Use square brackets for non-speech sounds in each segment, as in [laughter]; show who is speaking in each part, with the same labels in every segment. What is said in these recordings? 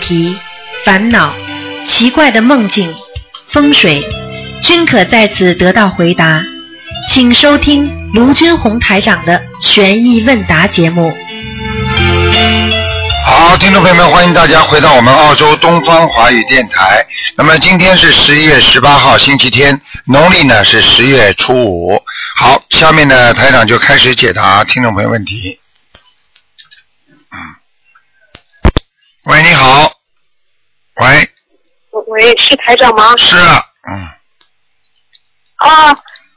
Speaker 1: 题、烦恼、奇怪的梦境、风水，均可在此得到回答。请收听卢军红台长的悬疑问答节目。
Speaker 2: 好，听众朋友们，欢迎大家回到我们澳洲东方华语电台。那么今天是十一月十八号，星期天，农历呢是十月初五。好，下面呢台长就开始解答听众朋友问题。嗯，喂，你好，喂，
Speaker 3: 喂，是台长吗？
Speaker 2: 是，嗯，
Speaker 3: 啊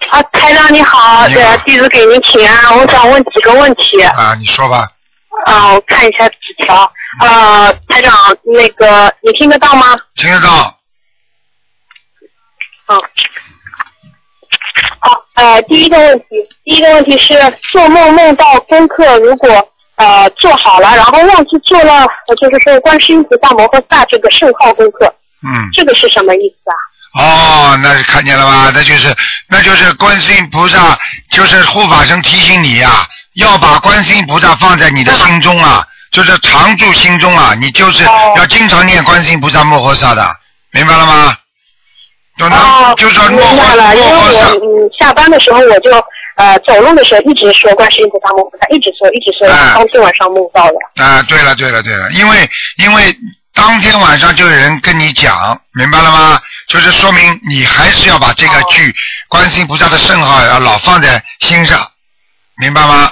Speaker 3: 啊，台长你好，
Speaker 2: 你
Speaker 3: 对
Speaker 2: 好，
Speaker 3: 弟子给您请安，我想问几个问题
Speaker 2: 啊，你说吧，
Speaker 3: 啊，我看一下纸条。呃，台长，那个你听得到吗？
Speaker 2: 听得到，
Speaker 3: 嗯。好、呃，第一个问题，第一个问题是做梦梦到功课如果呃做好了，然后忘记做了，呃就是说观世音菩萨摩诃萨这个圣号功课，
Speaker 2: 嗯。
Speaker 3: 这个是什么意思啊？
Speaker 2: 哦，那看见了吧？那就是那就是观世音菩萨，就是护法神提醒你呀、要把观世音菩萨放在你的心中啊，就是常驻心中啊，你就是
Speaker 3: 哦
Speaker 2: 要经常念观世音菩萨摩诃萨的，明白了吗？懂吗？
Speaker 3: 哦，
Speaker 2: 就是说
Speaker 3: 明
Speaker 2: 摩诃
Speaker 3: 白了，因为
Speaker 2: 摩诃萨
Speaker 3: 我嗯下班的时候我就呃走路的时候一直说观世音菩萨摩诃萨，一直说一直说，
Speaker 2: 哎
Speaker 3: 当天晚上梦到的。
Speaker 2: 啊，对了对了对了，因为因为当天晚上就有人跟你讲，明白了吗？就是说明你还是要把这个
Speaker 3: 哦
Speaker 2: 剧观世音菩萨的圣号要老放在心上，明白吗？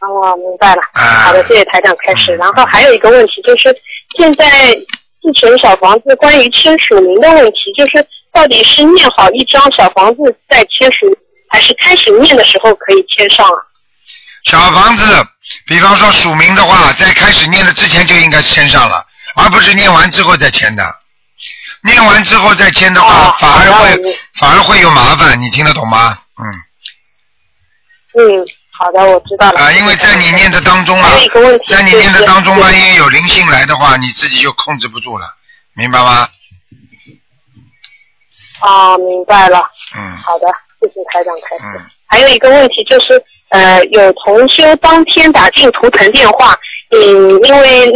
Speaker 3: 哦，明白了。
Speaker 2: 啊
Speaker 3: 好的，谢谢台长开始。
Speaker 2: 嗯
Speaker 3: 然后还有一个问题就是，现在自存小房子关于签署名的问题，就是到底是念好一张小房子再签署，还是开始念的时候可以签上啊？
Speaker 2: 小房子，比方说署名的话，在开始念的之前就应该签上了，而不是念完之后再签的。念完之后再签的话，
Speaker 3: 哦
Speaker 2: 反而
Speaker 3: 好的
Speaker 2: 会反而会有麻烦，你听得懂吗？嗯，
Speaker 3: 嗯，好的，我知道了。
Speaker 2: 啊，因为在你念的当中啊
Speaker 3: 还有一个问，题
Speaker 2: 在你念的当中，
Speaker 3: 就是
Speaker 2: 万一有灵性来的话，你自己就控制不住了，明白吗？
Speaker 3: 啊，明白了。
Speaker 2: 嗯
Speaker 3: 好的，谢谢台长开始。
Speaker 2: 嗯，
Speaker 3: 还有一个问题就是，呃，有同修当天打进图腾电话，嗯，因为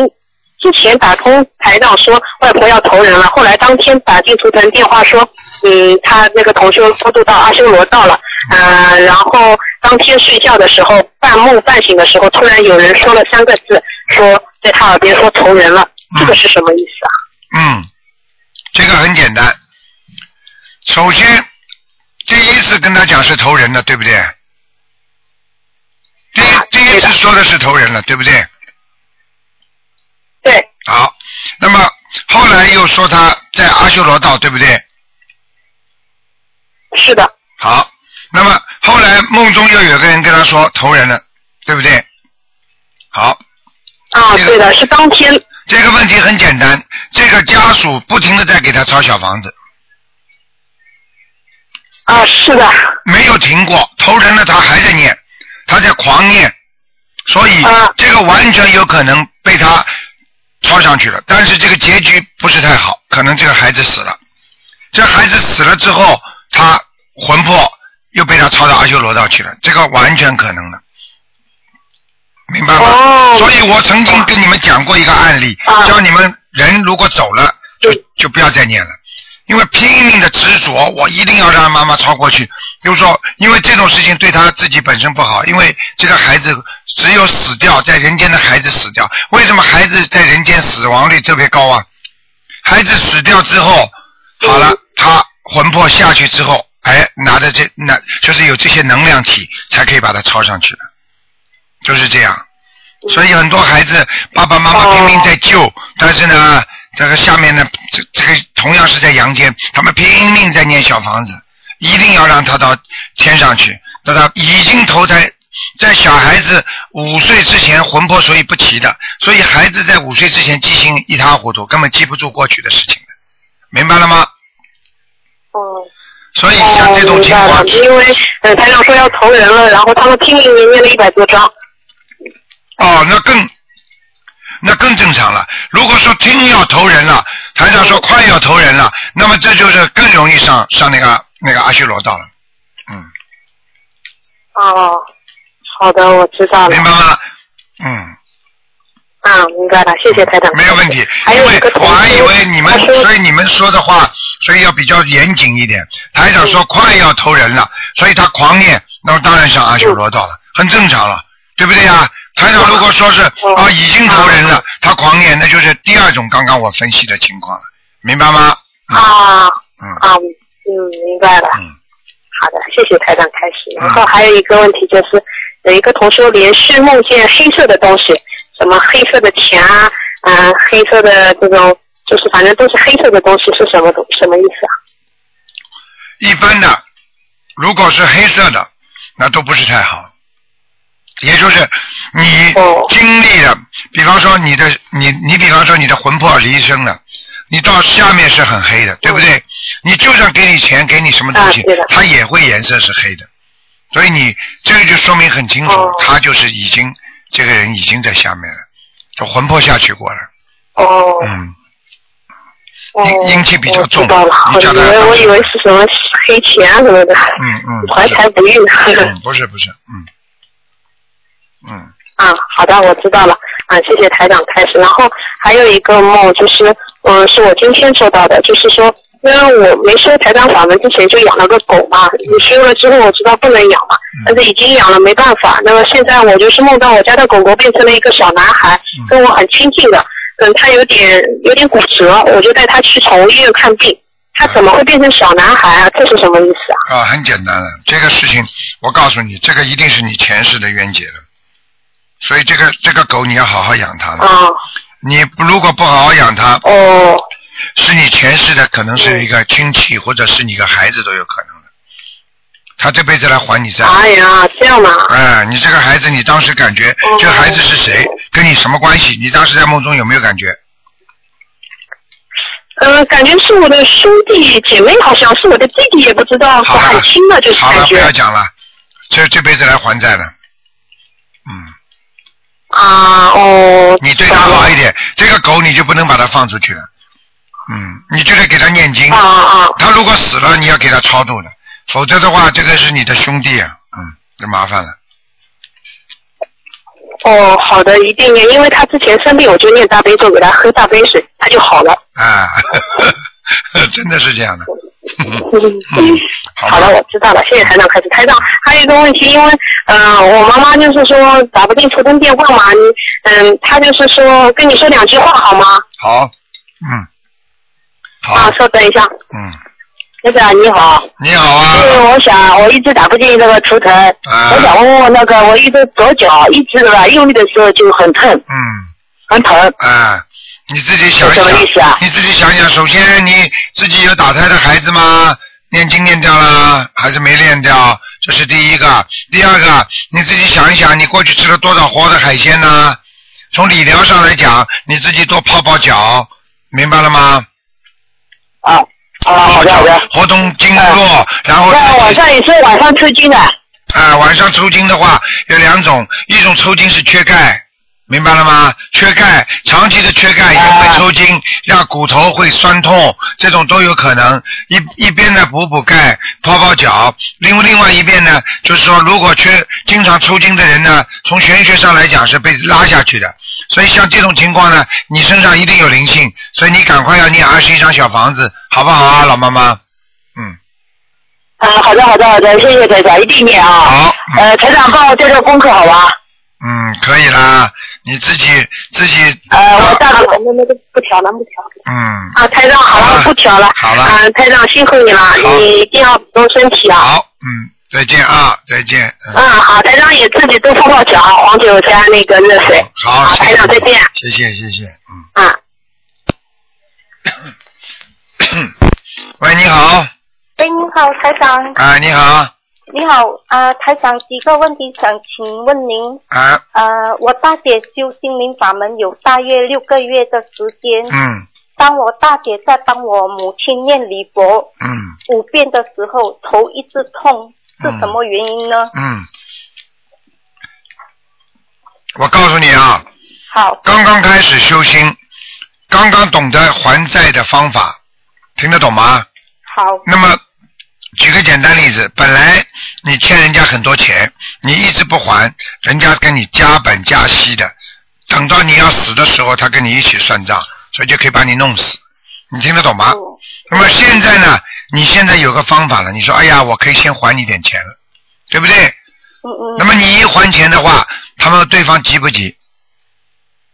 Speaker 3: 之前打通台长说外婆要投人了，后来当天打进图腾电话说，嗯，他那个同修超度到阿修罗道了，呃，然后当天睡觉的时候，半梦半醒的时候，突然有人说了三个字，说在他耳边说投人了，这个是什么意思啊？
Speaker 2: 嗯，这个很简单。首先，第一次跟他讲是投人的，对不对？第一
Speaker 3: 啊
Speaker 2: 第一
Speaker 3: 对的
Speaker 2: 次说的是投人了，对不对？
Speaker 3: 对，
Speaker 2: 好，那么后来又说他在阿修罗道，对不对？
Speaker 3: 是的，
Speaker 2: 好，那么后来梦中又有个人跟他说投人了，对不对？好，
Speaker 3: 啊，
Speaker 2: 这个
Speaker 3: 对的，是当天，
Speaker 2: 这个问题很简单，这个家属不停的在给他抄小房子，
Speaker 3: 啊，是的，
Speaker 2: 没有停过，投人了他还在念，他在狂念，所以
Speaker 3: 啊
Speaker 2: 这个完全有可能被他抄上去了，但是这个结局不是太好，可能这个孩子死了，这孩子死了之后，他魂魄又被他抄到阿修罗道去了，这个完全可能的，明白吗？
Speaker 3: 哦
Speaker 2: 所以我曾经跟你们讲过一个案例，
Speaker 3: 啊
Speaker 2: 教你们人如果走了，就
Speaker 3: 嗯
Speaker 2: 就不要再念了。因为拼命的执着，我一定要让妈妈超过去。就是说，因为这种事情对他自己本身不好，因为这个孩子只有死掉，在人间的孩子死掉，为什么孩子在人间死亡率特别高啊？孩子死掉之后，好了
Speaker 3: 嗯，
Speaker 2: 他魂魄下去之后，哎，拿着这那就是有这些能量体，才可以把它抄上去的，就是这样。所以很多孩子爸爸妈妈拼命在救，
Speaker 3: 哦
Speaker 2: 但是呢，这个下面呢，这这个同样是在阳间，他们拼命在念小房子，一定要让他到天上去。那他已经投胎，在小孩子五岁之前魂魄所以不齐的，所以孩子在五岁之前记性一塌糊涂，根本记不住过去的事情的，明白了吗？
Speaker 3: 嗯。
Speaker 2: 所以像
Speaker 3: 哦，
Speaker 2: 这种
Speaker 3: 明
Speaker 2: 情
Speaker 3: 白
Speaker 2: 况
Speaker 3: 了，，因为呃，台长说要投人了，然后他们拼命地念了一百多张。
Speaker 2: 哦，那更那更正常了。如果说听要投人了，台长说快要投人了，那么这就是更容易上上那个那个阿修罗道了。嗯，
Speaker 3: 哦，好的，我知道了
Speaker 2: 明。白吗？嗯，
Speaker 3: 啊，明白了，谢谢台长。
Speaker 2: 没有问题，
Speaker 3: 还
Speaker 2: 因
Speaker 3: 有一
Speaker 2: 为
Speaker 3: 个同
Speaker 2: 我
Speaker 3: 修
Speaker 2: 还以为你们
Speaker 3: 他，说
Speaker 2: 所以你们说的话，所以要比较严谨一点。台长说快要投人了，所以他狂念，那么当然上阿修罗道了，很正常了，对不对呀？台长如果说是
Speaker 3: 嗯
Speaker 2: 啊已经投人了，他狂念，那就是第二种刚刚我分析的情况了，明白吗？
Speaker 3: 啊
Speaker 2: 嗯
Speaker 3: 啊，嗯，明白了。
Speaker 2: 嗯，
Speaker 3: 好的，谢谢台长开始。
Speaker 2: 嗯
Speaker 3: 然后还有一个问题就是，有一个同学连续梦见黑色的东西，什么黑色的钱啊，嗯、黑色的这种，就是反正都是黑色的东西，是什么东什么意思啊？
Speaker 2: 一般的，如果是黑色的，那都不是太好。也就是你
Speaker 3: 哦
Speaker 2: 经历了，比方说你的你你比方说你的魂魄离身了，你到下面是很黑的，对不对？你就算给你钱给你什么东西
Speaker 3: 嗯啊对的，
Speaker 2: 它也会颜色是黑的，所以你这个就说明很清楚
Speaker 3: 哦，
Speaker 2: 他就是已经这个人已经在下面了，就魂魄下去过了，
Speaker 3: 哦，
Speaker 2: 嗯，
Speaker 3: 哦
Speaker 2: 阴阴气比较重
Speaker 3: 我知道了，
Speaker 2: 你
Speaker 3: 我
Speaker 2: 叫
Speaker 3: 以
Speaker 2: 他
Speaker 3: 为我以为是什么黑钱啊什么的，
Speaker 2: 嗯嗯
Speaker 3: 怀才不遇。
Speaker 2: 嗯，不是不是，嗯嗯。
Speaker 3: 啊，好的，我知道了。啊，谢谢台长开始。然后还有一个梦，就是嗯，是我今天做到的，就是说，因为我没修台长法门之前就养了个狗嘛，你修了之后我知道不能养嘛，但是已经养了没办法。那么现在我就是梦到我家的狗狗变成了一个小男孩，跟我很亲近的，嗯，他有点有点骨折，我就带他去宠物医院看病。他怎么会变成小男孩啊？这是什么意思啊？
Speaker 2: 啊，很简单了，这个事情我告诉你，这个一定是你前世的冤结了，所以这个这个狗你要好好养它了。
Speaker 3: 啊，
Speaker 2: 你如果不好好养它，
Speaker 3: 哦，
Speaker 2: 是你前世的，可能是一个亲戚，或者是你个孩子都有可能的。他这辈子来还你债。
Speaker 3: 哎呀，这样嘛，
Speaker 2: 哎，你这个孩子，你当时感觉
Speaker 3: 哦
Speaker 2: 这个孩子是谁，跟你什么关系？你当时在梦中有没有感觉？
Speaker 3: 呃，感觉是我的兄弟姐妹，好像是我的弟弟，也不知道是
Speaker 2: 好了
Speaker 3: 很亲的，就是
Speaker 2: 好
Speaker 3: 感
Speaker 2: 了，不
Speaker 3: 觉
Speaker 2: 要讲了，这这辈子来还债了。嗯。
Speaker 3: 啊，哦，
Speaker 2: 你对
Speaker 3: 知
Speaker 2: 它
Speaker 3: 道了
Speaker 2: 好一点，这个狗你就不能把它放出去了。嗯，你就得给它念经
Speaker 3: 啊。啊，啊
Speaker 2: 它如果死了，你要给它超度的，否则的话，这个是你的兄弟啊，嗯，就麻烦了。
Speaker 3: 哦，好的，一定念，因为他之前生病，我就念大悲咒给他喝大杯水，他就好了。
Speaker 2: 啊， [laughs] 真的是这样的。嗯
Speaker 3: 嗯，
Speaker 2: 好吧
Speaker 3: 好了，我知道了，谢谢台长开始。台长，还有一个问题，因为呃，我妈妈就是说打不进图腾电话嘛，你嗯，她就是说跟你说两句话好吗？
Speaker 2: 好，嗯，好
Speaker 3: 啊，，稍等一下，
Speaker 2: 嗯，
Speaker 3: 台长你好。
Speaker 2: 你好啊
Speaker 3: 因，为我想，我一直打不进那个图腾，
Speaker 2: 啊
Speaker 3: 我想问问那个，我一直左脚一直吧用力的时候就很疼，
Speaker 2: 嗯，
Speaker 3: 很疼。
Speaker 2: 啊，你自己想一
Speaker 3: 这
Speaker 2: 想
Speaker 3: 什么意思啊，
Speaker 2: 你自己想一想，首先你自己有打胎的孩子吗？念经念掉了还是没念掉？这是第一个。第二个，你自己想一想，你过去吃了多少活的海鲜呢？从理疗上来讲，你自己多泡泡脚，明白了吗？
Speaker 3: 啊啊，好的好的。
Speaker 2: 活动经络，然后
Speaker 3: 嗯那晚上也是晚上抽筋的，
Speaker 2: 啊，晚上抽筋的话有两种，一种抽筋是缺钙，明白了吗？缺钙，长期的缺钙也会抽筋，让骨头会酸痛，这种都有可能。一一边呢补补钙，泡泡脚；另另外一边呢，就是说如果缺经常抽筋的人呢，从玄学上来讲是被拉下去的。所以像这种情况呢，你身上一定有灵性，所以你赶快要念二十一张小房子，好不好啊，老妈妈？嗯，
Speaker 3: 啊，好的好的好的，谢谢台长，一定念啊。
Speaker 2: 好。嗯
Speaker 3: 呃，台长帮我做做功课好吧？
Speaker 2: 嗯，可以啦，你自己自己，
Speaker 3: 呃，我大了，那那个不调了不调了。
Speaker 2: 嗯，
Speaker 3: 啊，台长好
Speaker 2: 啊
Speaker 3: 了，不调了。
Speaker 2: 好了
Speaker 3: 啊，台长辛苦你了，你一定要保重身体啊。
Speaker 2: 好，嗯，再见啊，再见，嗯，
Speaker 3: 嗯，好，台长也自己多泡泡脚，啊黄酒加那个热水。
Speaker 2: 好，谢
Speaker 3: 台长
Speaker 2: 谢
Speaker 3: 再见。
Speaker 2: 谢谢谢谢，嗯，
Speaker 3: 啊。
Speaker 2: 喂，啊你好，
Speaker 4: 喂，你好，台长。
Speaker 2: 啊，你好，
Speaker 4: 你好，啊、台长，几个问题想请问您。
Speaker 2: 啊，
Speaker 4: 呃，我大姐修心灵法门有大约六个月的时间。
Speaker 2: 嗯
Speaker 4: 当我大姐在帮我母亲念礼佛
Speaker 2: 嗯
Speaker 4: 五遍的时候，头一直痛，是什么原因呢？
Speaker 2: 嗯，我告诉你啊，
Speaker 4: 好，
Speaker 2: 刚刚开始修心，刚刚懂得还债的方法，听得懂吗？
Speaker 4: 好，
Speaker 2: 那么，举个简单例子，本来你欠人家很多钱，你一直不还，人家跟你加本加息的，等到你要死的时候，他跟你一起算账，所以就可以把你弄死。你听得懂吗？
Speaker 4: 哦
Speaker 2: 那么现在呢？你现在有个方法了，你说，哎呀，我可以先还你点钱了，对不对？
Speaker 4: 嗯嗯。
Speaker 2: 那么你一还钱的话，他们对方急不急？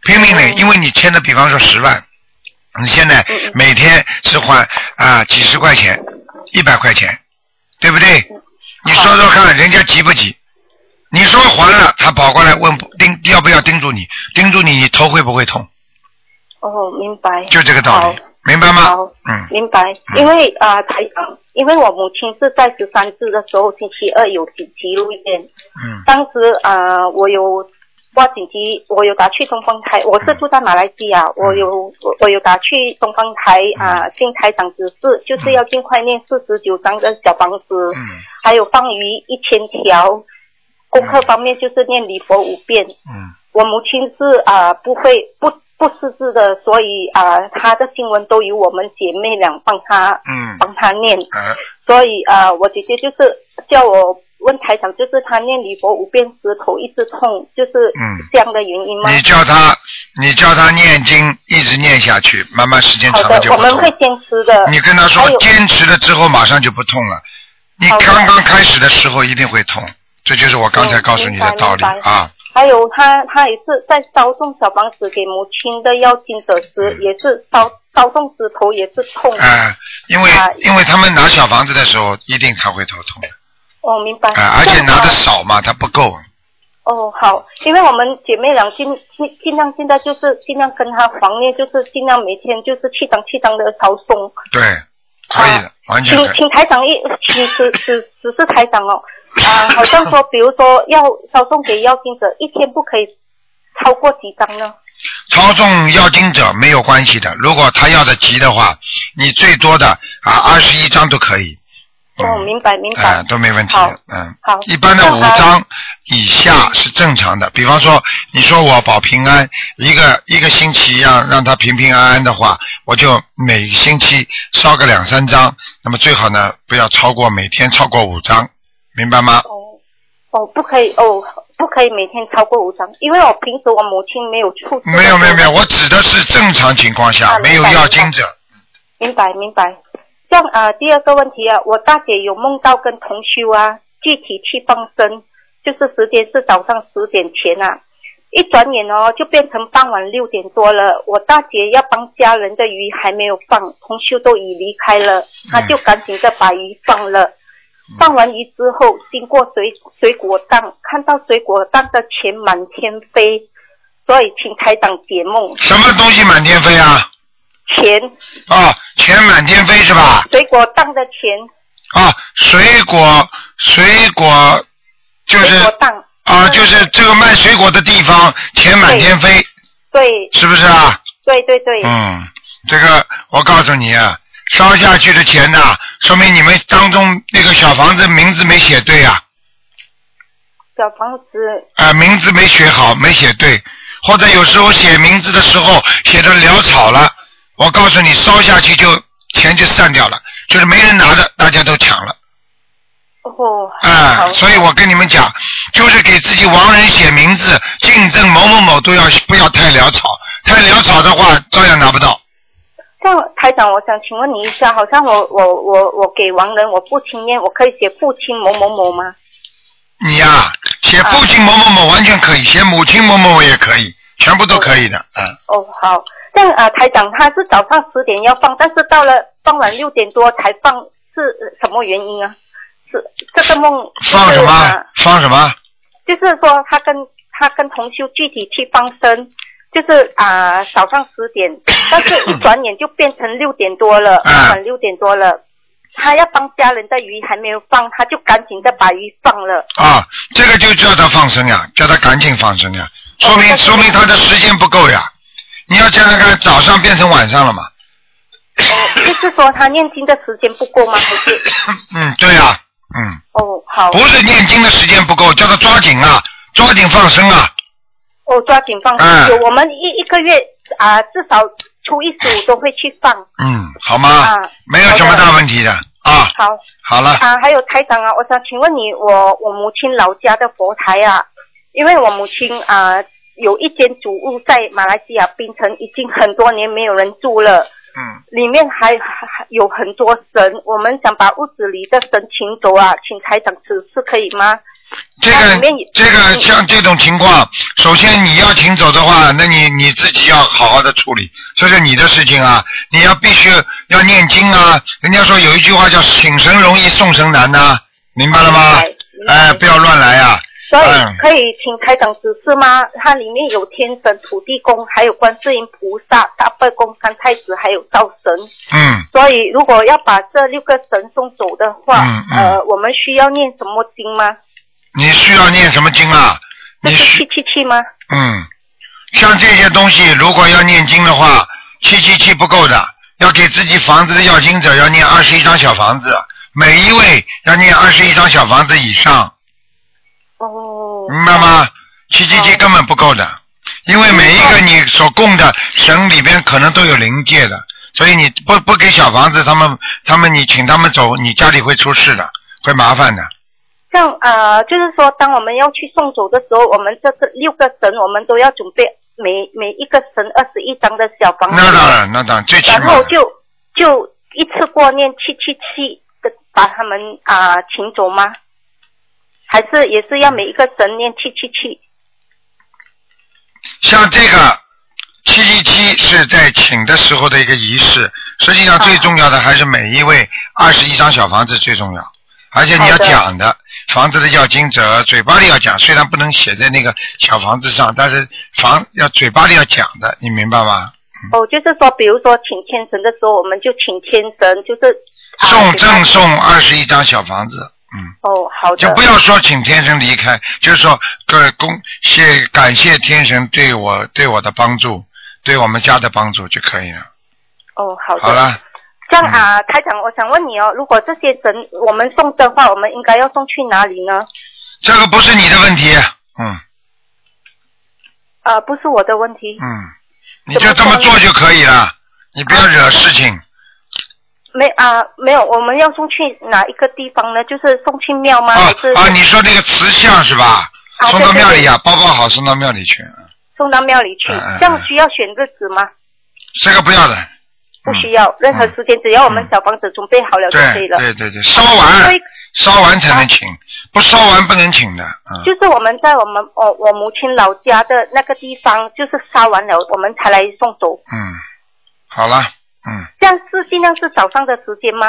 Speaker 2: 拼命的，
Speaker 4: 嗯
Speaker 2: 因为你欠的，比方说十万，你现在
Speaker 4: 嗯嗯
Speaker 2: 每天是还啊、几十块钱、一百块钱，对不对？你说说看，人家急不急？你说还了，他跑过来问不叮要不要叮嘱你？叮嘱你，你头会不会痛？
Speaker 4: 哦，明白。
Speaker 2: 就这个道理
Speaker 4: 好，
Speaker 2: 明白吗
Speaker 4: 好？
Speaker 2: 嗯，
Speaker 4: 明白，因为啊、呃台长，因为我母亲是在十三日的时候，星期二有紧急入院，
Speaker 2: 嗯
Speaker 4: 当时呃，我有挂紧急，我有打去东方台，我是住在马来西亚，
Speaker 2: 嗯
Speaker 4: 我有我我有打去东方台啊、呃，进台长指示，就是要尽快念四十九章的小房子，
Speaker 2: 嗯
Speaker 4: 还有放鱼一千条，功课方面就是念礼佛五遍，
Speaker 2: 嗯
Speaker 4: 我母亲是啊、不会不不识字的，所以啊、她的新闻都由我们姐妹俩帮她
Speaker 2: 嗯，
Speaker 4: 帮她念，
Speaker 2: 呃，
Speaker 4: 所以啊、我姐姐就是叫我问台长，就是她念礼佛五遍时头一直痛，就是
Speaker 2: 嗯
Speaker 4: 这样的原因吗？
Speaker 2: 你叫他，你叫他念经，一直念下去，慢慢时间
Speaker 4: 好
Speaker 2: 长了
Speaker 4: 的
Speaker 2: 就，
Speaker 4: 我
Speaker 2: 不
Speaker 4: 们
Speaker 2: 痛
Speaker 4: 会
Speaker 2: 了。
Speaker 4: 坚持的。
Speaker 2: 你跟他
Speaker 4: 呃还
Speaker 2: 说
Speaker 4: 有
Speaker 2: 坚持了之后，马上就不痛了。你
Speaker 4: 好的
Speaker 2: 刚刚开始的时候一定会痛，这就是我刚才
Speaker 4: 嗯
Speaker 2: 告诉你的道理
Speaker 4: 明白明白
Speaker 2: 啊。
Speaker 4: 还有她，她也是在烧送小房子给母亲的要经者时，
Speaker 2: 嗯
Speaker 4: 也是烧烧送时头也是痛。
Speaker 2: 哎，因为
Speaker 4: 啊
Speaker 2: 因为他们拿小房子的时候，一定他会头痛的，
Speaker 4: 我哦明白。
Speaker 2: 哎，而且拿的
Speaker 4: 这样啊
Speaker 2: 少嘛，他不够。
Speaker 4: 哦，好，因为我们姐妹俩尽尽尽量现在就是尽量跟她黄念，就是尽量每天就是七张七张的朝诵，
Speaker 2: 对，可以的，完全
Speaker 4: 请
Speaker 2: [laughs] 可以。
Speaker 4: 请台长一请只只只是台长哦，啊，好像说比如说要朝诵给要经者，一天不可以超过几张呢？
Speaker 2: 操纵要经者没有关系的，如果他要的急的话，你最多的啊二十一张都可以。
Speaker 4: 哦，
Speaker 2: 嗯，
Speaker 4: 明白明
Speaker 2: 哎、
Speaker 4: 白，
Speaker 2: 都没问题
Speaker 4: 好
Speaker 2: 的，嗯。
Speaker 4: 好，
Speaker 2: 一般的
Speaker 4: 那
Speaker 2: 五
Speaker 4: 还
Speaker 2: 张以下是正常的。比方说，你说我保平安，一个一个星期让让他平平安安的话，我就每星期烧个两三张。那么最好呢，不要超过每天超过五张，明白吗？
Speaker 4: 哦哦，不可以哦，不可以每天超过五张，因为我平时我母亲没有出
Speaker 2: 没有没有没有，我指的是正常情况下
Speaker 4: 啊
Speaker 2: 没有
Speaker 4: 明白
Speaker 2: 要经者。
Speaker 4: 明白明白。像呃第二个问题啊，我大姐有梦到跟同修啊具体去放生，就是时间是早上十点前啊，一转眼哦就变成傍晚六点多了。我大姐要帮家人的鱼还没有放，同修都已离开
Speaker 2: 嗯
Speaker 4: 了，她就赶紧的把鱼放了。放完鱼之后，经过水水果档，看到水果档的钱满天飞，所以请台长解梦。
Speaker 2: 什么东西满天飞啊？
Speaker 4: 钱，
Speaker 2: 啊，钱满天飞是吧？
Speaker 4: 水果档的钱，
Speaker 2: 啊，水果水果就是
Speaker 4: 水果档。
Speaker 2: 啊，就是这个卖水果的地方钱满天飞，
Speaker 4: 对
Speaker 2: 是不是啊？
Speaker 4: 对对对，
Speaker 2: 嗯，这个我告诉你啊，烧下去的钱呐、说明你们当中那个小房子名字没写对啊，
Speaker 4: 小房子
Speaker 2: 啊、名字没写好，没写对，或者有时候写名字的时候写的潦草了，我告诉你，烧下去就钱就散掉了，就是没人拿的，大家都抢了。
Speaker 4: 哦，
Speaker 2: 啊、
Speaker 4: 好，
Speaker 2: 所以我跟你们讲，就是给自己亡人写名字，竞争某某某都要不要太潦草，太潦草的话照样拿不到。
Speaker 4: 像台长，我想请问你一下，好像我我我我给亡人我父亲念，我可以写父亲某某某吗？
Speaker 2: 你呀、写父亲某某某完全可以，写母亲某某某也可以，全部都可以的。嗯，
Speaker 4: 哦，好，这样啊、台长他是早上十点要放，但是到了傍晚六点多才放，是呃什么原因啊？是这个梦
Speaker 2: 放什
Speaker 4: 就是
Speaker 2: 么
Speaker 4: 呃？
Speaker 2: 放什么？
Speaker 4: 就是说他跟他跟同修具体去放生，就是啊、早上十点， [coughs] 但是一转眼就变成六点多了，
Speaker 2: 嗯
Speaker 4: 傍晚六点多了。他要帮家人的鱼还没有放，他就赶紧的把鱼放了。
Speaker 2: 啊，这个就叫他放生呀，叫他赶紧放生呀，说明、
Speaker 4: 哦
Speaker 2: 说明他的时间不够呀。你要想想看，早上变成晚上了嘛？ [coughs]
Speaker 4: 哦，就是说他念经的时间不够吗？还是
Speaker 2: 嗯，对呀、嗯，
Speaker 4: 哦好
Speaker 2: 不是念经的时间不够，叫他抓紧啊，抓紧放生啊。
Speaker 4: 哦抓紧放
Speaker 2: 嗯
Speaker 4: 生。有我们一一个月啊、至少初一十五都会去放。
Speaker 2: 嗯，好吗？
Speaker 4: 啊
Speaker 2: 没有什么
Speaker 4: 好的
Speaker 2: 大问题的啊。
Speaker 4: 好
Speaker 2: 好了，
Speaker 4: 啊，还有台长啊，我想请问你，我我母亲老家的佛台啊，因为我母亲啊有一间主屋在马来西亚槟城，已经很多年没有人住了，
Speaker 2: 嗯，
Speaker 4: 里面还还还有很多神，我们想把屋子里的神请走啊，请台长指示可以吗？
Speaker 2: 这
Speaker 4: 那里
Speaker 2: 个
Speaker 4: 面也
Speaker 2: 这个
Speaker 4: 嗯
Speaker 2: 像这种情况，首先你要请走的话，那你你自己要好好的处理，这是你的事情啊。你要必须要念经啊。人家说有一句话叫“请神容易送神难”呐，明白了吗？
Speaker 4: 明白
Speaker 2: 哎，不要乱来啊。
Speaker 4: 所以
Speaker 2: 嗯
Speaker 4: 可以请台长指示吗？它里面有天神、土地公，还有观世音菩萨、大悲公、三太子，还有灶神。
Speaker 2: 嗯，
Speaker 4: 所以如果要把这六个神送走的话，
Speaker 2: 嗯嗯
Speaker 4: 呃，我们需要念什么经吗？
Speaker 2: 你需要念什么经啊？
Speaker 4: 就
Speaker 2: 你
Speaker 4: 是
Speaker 2: 需
Speaker 4: 七七七吗？
Speaker 2: 嗯，像这些东西，如果要念经的话，七七七不够的，要给自己房子的要经者要念二十一张小房子，每一位要念二十一张小房子以上，嗯
Speaker 4: 哦，
Speaker 2: 明白吗？七七七根本不够的，因为每一个你所供的神里边可能都有灵界的，所以你不不给小房子，他们他们你请他们走，你家里会出事的，会麻烦的。
Speaker 4: 像呃，就是说，当我们要去送走的时候，我们这个六个神，我们都要准备每每一个神二十一张的小房子，
Speaker 2: 那当然，那当然，最起
Speaker 4: 然
Speaker 2: 码
Speaker 4: 后就就一次过念七七七的，把他们啊、请走吗？还是也是要每一个神念七七七？
Speaker 2: 像这个七七七是在请的时候的一个仪式，实际上最重要的还是每一位二十一张小房子最重要，而且你要
Speaker 4: 好的
Speaker 2: 讲的房子的要经者嘴巴里要讲，虽然不能写在那个小房子上，但是房要嘴巴里要讲的，你明白吗？
Speaker 4: 哦，就是说，比如说请天神的时候，我们就请天神，就是、啊、
Speaker 2: 送
Speaker 4: 给他
Speaker 2: 赠送二十一张小房子，嗯。
Speaker 4: 哦，好的，
Speaker 2: 就不要说请天神离开，就是说，呃，恭谢感谢天神对我对我的帮助，对我们家的帮助就可以了。
Speaker 4: 哦，好的，
Speaker 2: 好了。嗯
Speaker 4: 这样啊，台长，我想问你哦，如果这些神我们送的话，我们应该要送去哪里呢？
Speaker 2: 这个不是你的问题，嗯
Speaker 4: 啊，不是我的问题，
Speaker 2: 嗯，你就这么做就可以了，你不要惹事情。
Speaker 4: 没啊，没有，我们要送去哪一个地方呢？就是送去庙吗？
Speaker 2: 啊
Speaker 4: 还是
Speaker 2: 啊，你说那个瓷像是吧？
Speaker 4: 啊
Speaker 2: 送到庙里
Speaker 4: 对对对
Speaker 2: 啊，包包好送到庙里去，
Speaker 4: 送到庙里去
Speaker 2: 嗯嗯嗯？
Speaker 4: 这样需要选日子吗？
Speaker 2: 这个不要
Speaker 4: 啊
Speaker 2: 的。
Speaker 4: 不需要，任何时间，只要我们小房子准备好了就可
Speaker 2: 嗯对
Speaker 4: 以了。啊
Speaker 2: 对对对，烧
Speaker 4: 所
Speaker 2: 完
Speaker 4: 以
Speaker 2: 烧完才能请，不烧完不能请的。嗯，
Speaker 4: 就是我们在我们我我母亲老家的那个地方，就是烧完了，我们才来送走。
Speaker 2: 嗯，好了，嗯
Speaker 4: 这样是尽量是早上的时间吗？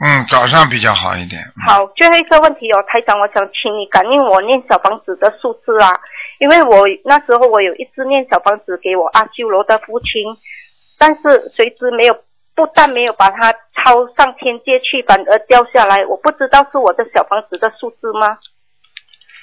Speaker 2: 嗯，早上比较好一点。嗯，
Speaker 4: 好，最后一个问题哦，台长，我想请你感应我念小房子的数字啊，因为我那时候我有一次念小房子给我阿修罗的父亲，但是谁知没有，不但没有把它抄上天界去，反而掉下来，我不知道是我的小房子的数字吗？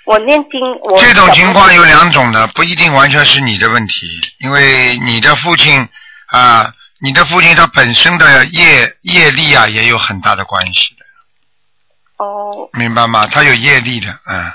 Speaker 4: 我念经，我
Speaker 2: 这种情
Speaker 4: 小房
Speaker 2: 况
Speaker 4: 子
Speaker 2: 有两种的，不一定完全是你的问题，因为你的父亲啊、你的父亲他本身的业业力啊也有很大的关系的，
Speaker 4: 哦，
Speaker 2: 明白吗？他有业力的，嗯，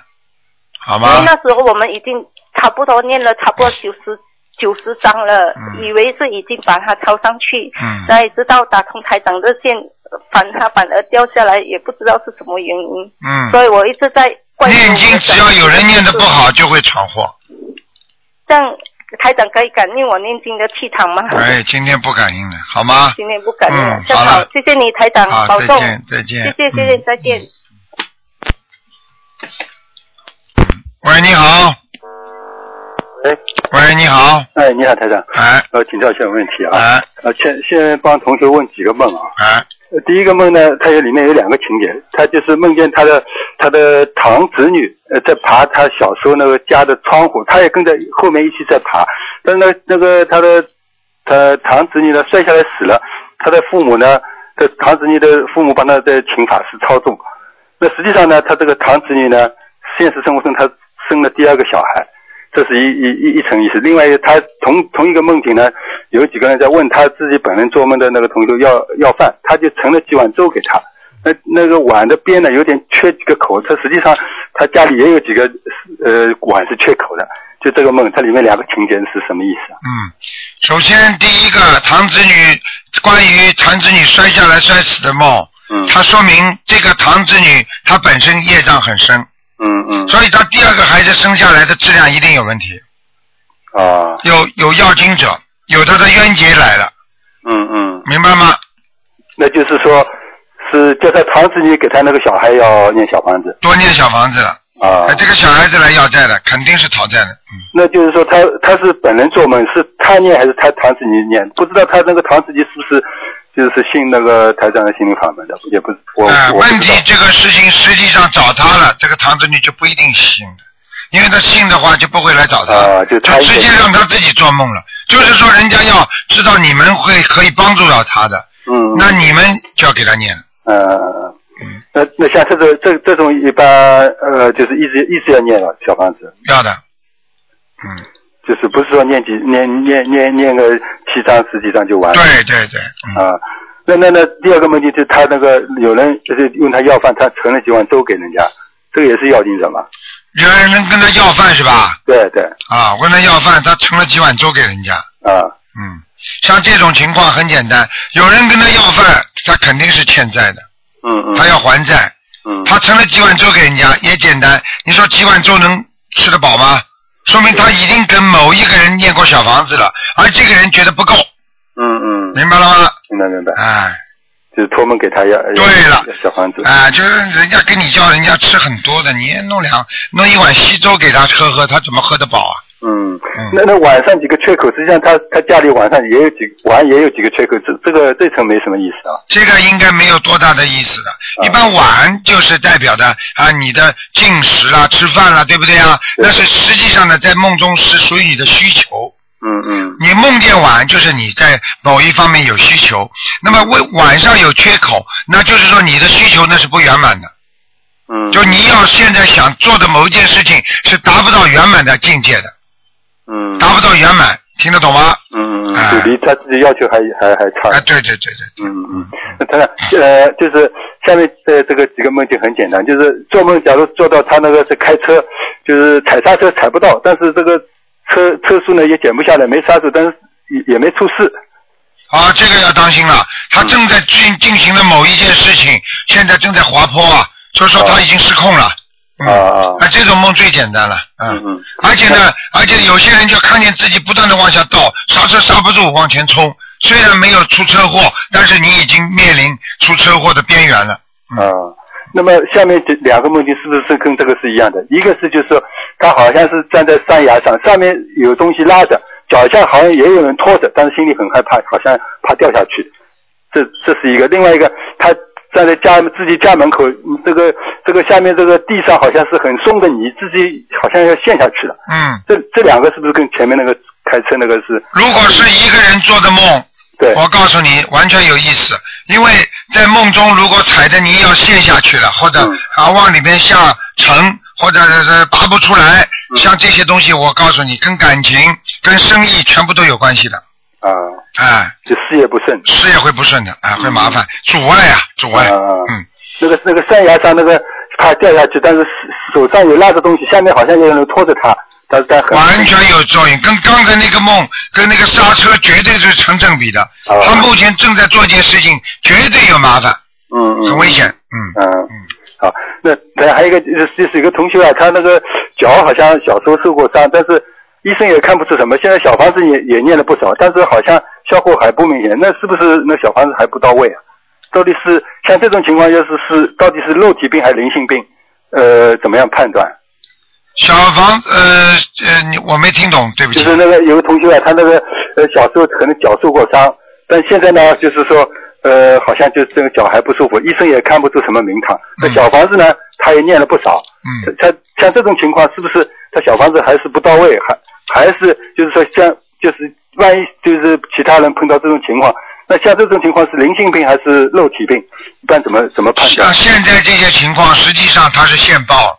Speaker 2: 好
Speaker 4: 因为
Speaker 2: 吗
Speaker 4: 哎那？时候我们已经差不多念了差不多九十九十章了，
Speaker 2: 嗯
Speaker 4: 以为是已经把它抄上去，
Speaker 2: 嗯
Speaker 4: 哪里知道打通台长热线，呃反它反而掉下来，也不知道是什么原因，
Speaker 2: 嗯，
Speaker 4: 所以我一直在关注我
Speaker 2: 念
Speaker 4: 的
Speaker 2: 经
Speaker 4: 小
Speaker 2: 只要有人念的不
Speaker 4: 房子，
Speaker 2: 好就会闯祸。
Speaker 4: [laughs] 这样台长可以感应我念经的气场吗？
Speaker 2: 哎，今天不感应了，好吗？
Speaker 4: 今天不感应了
Speaker 2: 嗯，
Speaker 4: 正
Speaker 2: 好
Speaker 4: 好
Speaker 2: 了，
Speaker 4: 谢谢你台长，
Speaker 2: 好，
Speaker 4: 保
Speaker 2: 再
Speaker 4: 重，
Speaker 2: 见，再见。
Speaker 4: 谢谢谢谢，
Speaker 2: 嗯。
Speaker 4: 再见。
Speaker 2: 喂，你好。
Speaker 4: 哎
Speaker 5: 喂。
Speaker 2: 喂，你好。
Speaker 5: 哎，你好，台长，
Speaker 2: 哎
Speaker 5: 呃，请教一些问题啊。
Speaker 2: 哎
Speaker 5: 呃，先先帮同学问几个梦啊。
Speaker 2: 哎，
Speaker 5: 呃第一个梦呢，它有里面有两个情节，他就是梦见他的他的堂侄女呃在爬他小时候那个家的窗户，他也跟着后面一起在爬，但是那个那个他的他堂侄女呢摔下来死了，他的父母呢，这堂侄女的父母帮他在请法师操纵，那实际上呢，他这个堂侄女呢，现实生活中他生了第二个小孩，这是一一一一层意思。另外，他同同一个梦境呢，有几个人在问他自己本人做梦的那个同学要要饭，他就盛了几碗粥给他。那那个碗的边呢有点缺几个口，他实际上他家里也有几个呃碗是缺口的。就这个梦，它里面两个情节是什么意思啊？
Speaker 2: 嗯，首先第一个堂子女关于堂子女摔下来摔死的梦，
Speaker 5: 嗯
Speaker 2: 它说明这个堂子女她本身业障很深，
Speaker 5: 嗯嗯
Speaker 2: 所以她第二个孩子生下来的质量一定有问题，
Speaker 6: 啊，
Speaker 2: 有有要经者，有他的冤结来了，
Speaker 6: 嗯嗯，
Speaker 2: 明白吗？
Speaker 6: 那就是说，是叫他堂子女给他那个小孩要念小房子
Speaker 2: 多念小房子了，
Speaker 6: 啊
Speaker 2: 哎，，这个小孩子来要债了，肯定是讨债的，嗯。
Speaker 6: 那就是说他他是本人做梦，是他念还是他堂子女念？不知道他那个堂子女是不是就是信那个台长的心灵法门的，也不是我、
Speaker 2: 哎，
Speaker 6: 我不知道
Speaker 2: 问题这个事情实际上找他了，这个堂子女就不一定信了，因为他信的话就不会来找他，
Speaker 6: 啊就他
Speaker 2: 直接让他自己做梦了。就是说，人家要知道你们会可以帮助到他的，
Speaker 6: 嗯，
Speaker 2: 那你们就要给他念。
Speaker 6: 呃，那那像这种这这种一般呃，就是一直一直要念了小房子，
Speaker 2: 要的，嗯，
Speaker 6: 就是不是说念几念念念念个七张十几张就完了
Speaker 2: 对对对，嗯，
Speaker 6: 啊。那那那第二个问题就是他那个有人就是用他要饭，他存了几万都给人家，这个也是要经者嘛？
Speaker 2: 有人能跟他要饭是吧？
Speaker 6: 对对
Speaker 2: 啊，问他要饭，他盛了几碗粥给人家，
Speaker 6: 啊
Speaker 2: 嗯，像这种情况很简单，有人跟他要饭，他肯定是欠债的，
Speaker 6: 嗯嗯
Speaker 2: 他要还债。
Speaker 6: 嗯
Speaker 2: 他盛了几碗粥给人家也简单，你说几碗粥能吃得饱吗？说明他一定跟某一个人念过小房子了，而这个人觉得不够，
Speaker 6: 嗯嗯，
Speaker 2: 明白了吗？
Speaker 6: 明白明白，
Speaker 2: 哎，
Speaker 6: 就是托梦给他要
Speaker 2: 对了
Speaker 6: 要小房子
Speaker 2: 哎，就是人家跟你要，人家吃很多的，你也弄两弄一碗稀粥给他喝喝，他怎么喝得饱啊？
Speaker 6: 嗯
Speaker 2: 嗯，
Speaker 6: 那那晚上几个缺口，实际上他他家里晚上也有几晚也有几个缺口，这这个这层没什么意思啊。
Speaker 2: 这个应该没有多大的意思的。一般碗就是代表的啊你的进食啦、吃饭啦，对不对啊？
Speaker 6: 对
Speaker 2: 但是实际上呢，在梦中是属于你的需求。
Speaker 6: 嗯嗯
Speaker 2: 你梦见碗，就是你在某一方面有需求，那么为晚上有缺口，那就是说你的需求那是不圆满的。
Speaker 6: 嗯，
Speaker 2: 就你要现在想做的某一件事情是达不到圆满的境界的，
Speaker 6: 嗯
Speaker 2: 达不到圆满，听得懂吗？
Speaker 6: 嗯嗯，
Speaker 2: 哎
Speaker 6: 就离他自己要求还还还差。
Speaker 2: 啊，对对对对，
Speaker 6: 嗯嗯，那他呃就是下面呃这个几个梦境很简单，就是做梦，假如做到他那个是开车，就是踩刹车踩不到，但是这个车车速呢也减不下来，没刹住，但是也也没出事。
Speaker 2: 啊，这个要当心了，他正在进进行的某一件事情，现在正在滑坡啊，就是说他已经失控了。嗯
Speaker 6: 啊啊
Speaker 2: 啊，这种梦最简单了，
Speaker 6: 嗯嗯，
Speaker 2: 而且呢，而且有些人就看见自己不断的往下倒，刹车刹不住，往前冲。虽然没有出车祸，但是你已经面临出车祸的边缘了。
Speaker 6: 啊，那么下面这两个梦境是不是跟这个是一样的？一个是就是说他好像是站在山崖上，上面有东西拉着，脚下好像也有人拖着，但是心里很害怕，好像怕掉下去。这这是一个，另外一个他站在家自己家门口，嗯这个这个下面这个地上好像是很松的泥，自己好像要陷下去了。
Speaker 2: 嗯，
Speaker 6: 这这两个是不是跟前面那个开车那个是？
Speaker 2: 如果是一个人做的梦，
Speaker 6: 对，
Speaker 2: 我告诉你完全有意思，因为在梦中如果踩着泥要陷下去了，或者
Speaker 6: 嗯
Speaker 2: 啊往里面下沉，或者是拔不出来，
Speaker 6: 嗯
Speaker 2: 像这些东西，我告诉你，跟感情、跟生意全部都有关系的。
Speaker 6: 啊，
Speaker 2: 哎，
Speaker 6: 就事业不顺。
Speaker 2: 事业会不顺的，哎，会麻烦，阻碍啊，阻碍。
Speaker 6: 嗯啊
Speaker 2: 嗯，
Speaker 6: 那个那个山崖上那个他掉下去，但是手上有拉着东西，下面好像有人拖着他，但是他很
Speaker 2: 完全有作用，跟刚才那个梦跟那个刹车绝对是成正比的。
Speaker 6: 啊
Speaker 2: 他目前正在做一件事情，绝对有麻烦，
Speaker 6: 嗯嗯
Speaker 2: 很危险。嗯，
Speaker 6: 嗯嗯好，那那还有一个就是就是一个同学啊，他那个脚好像小时候受过伤，但是医生也看不出什么，现在小房子也也念了不少，但是好像效果还不明显，那是不是那小房子还不到位啊？到底是像这种情况，要是是到底是肉体病还是灵性病？呃，怎么样判断？
Speaker 2: 小房子呃呃，你我没听懂，对不
Speaker 6: 就
Speaker 2: 起。
Speaker 6: 是那个有个同学啊，他那个呃小时候可能脚受过伤，但现在呢，就是说呃好像就是这个脚还不舒服，医生也看不出什么名堂。那
Speaker 2: 嗯
Speaker 6: 小房子呢，他也念了不少。
Speaker 2: 嗯，
Speaker 6: 他像这种情况，是不是他小房子还是不到位，还还是就是说像就是万一就是其他人碰到这种情况，那像这种情况是灵性病还是肉体病？一般怎么怎么判断
Speaker 2: 像？啊现在这些情况，实际上他是现报。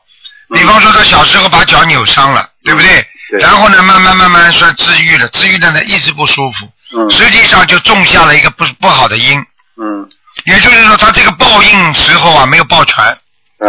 Speaker 2: 比方说，他小时候把脚扭伤了，对不对？
Speaker 6: 嗯对
Speaker 2: 然后呢，慢慢慢慢说治愈了，治愈了呢一直不舒服，
Speaker 6: 嗯
Speaker 2: 实际上就种下了一个不不好的因。
Speaker 6: 嗯
Speaker 2: 也就是说，他这个报应时候啊没有报全，
Speaker 6: 嗯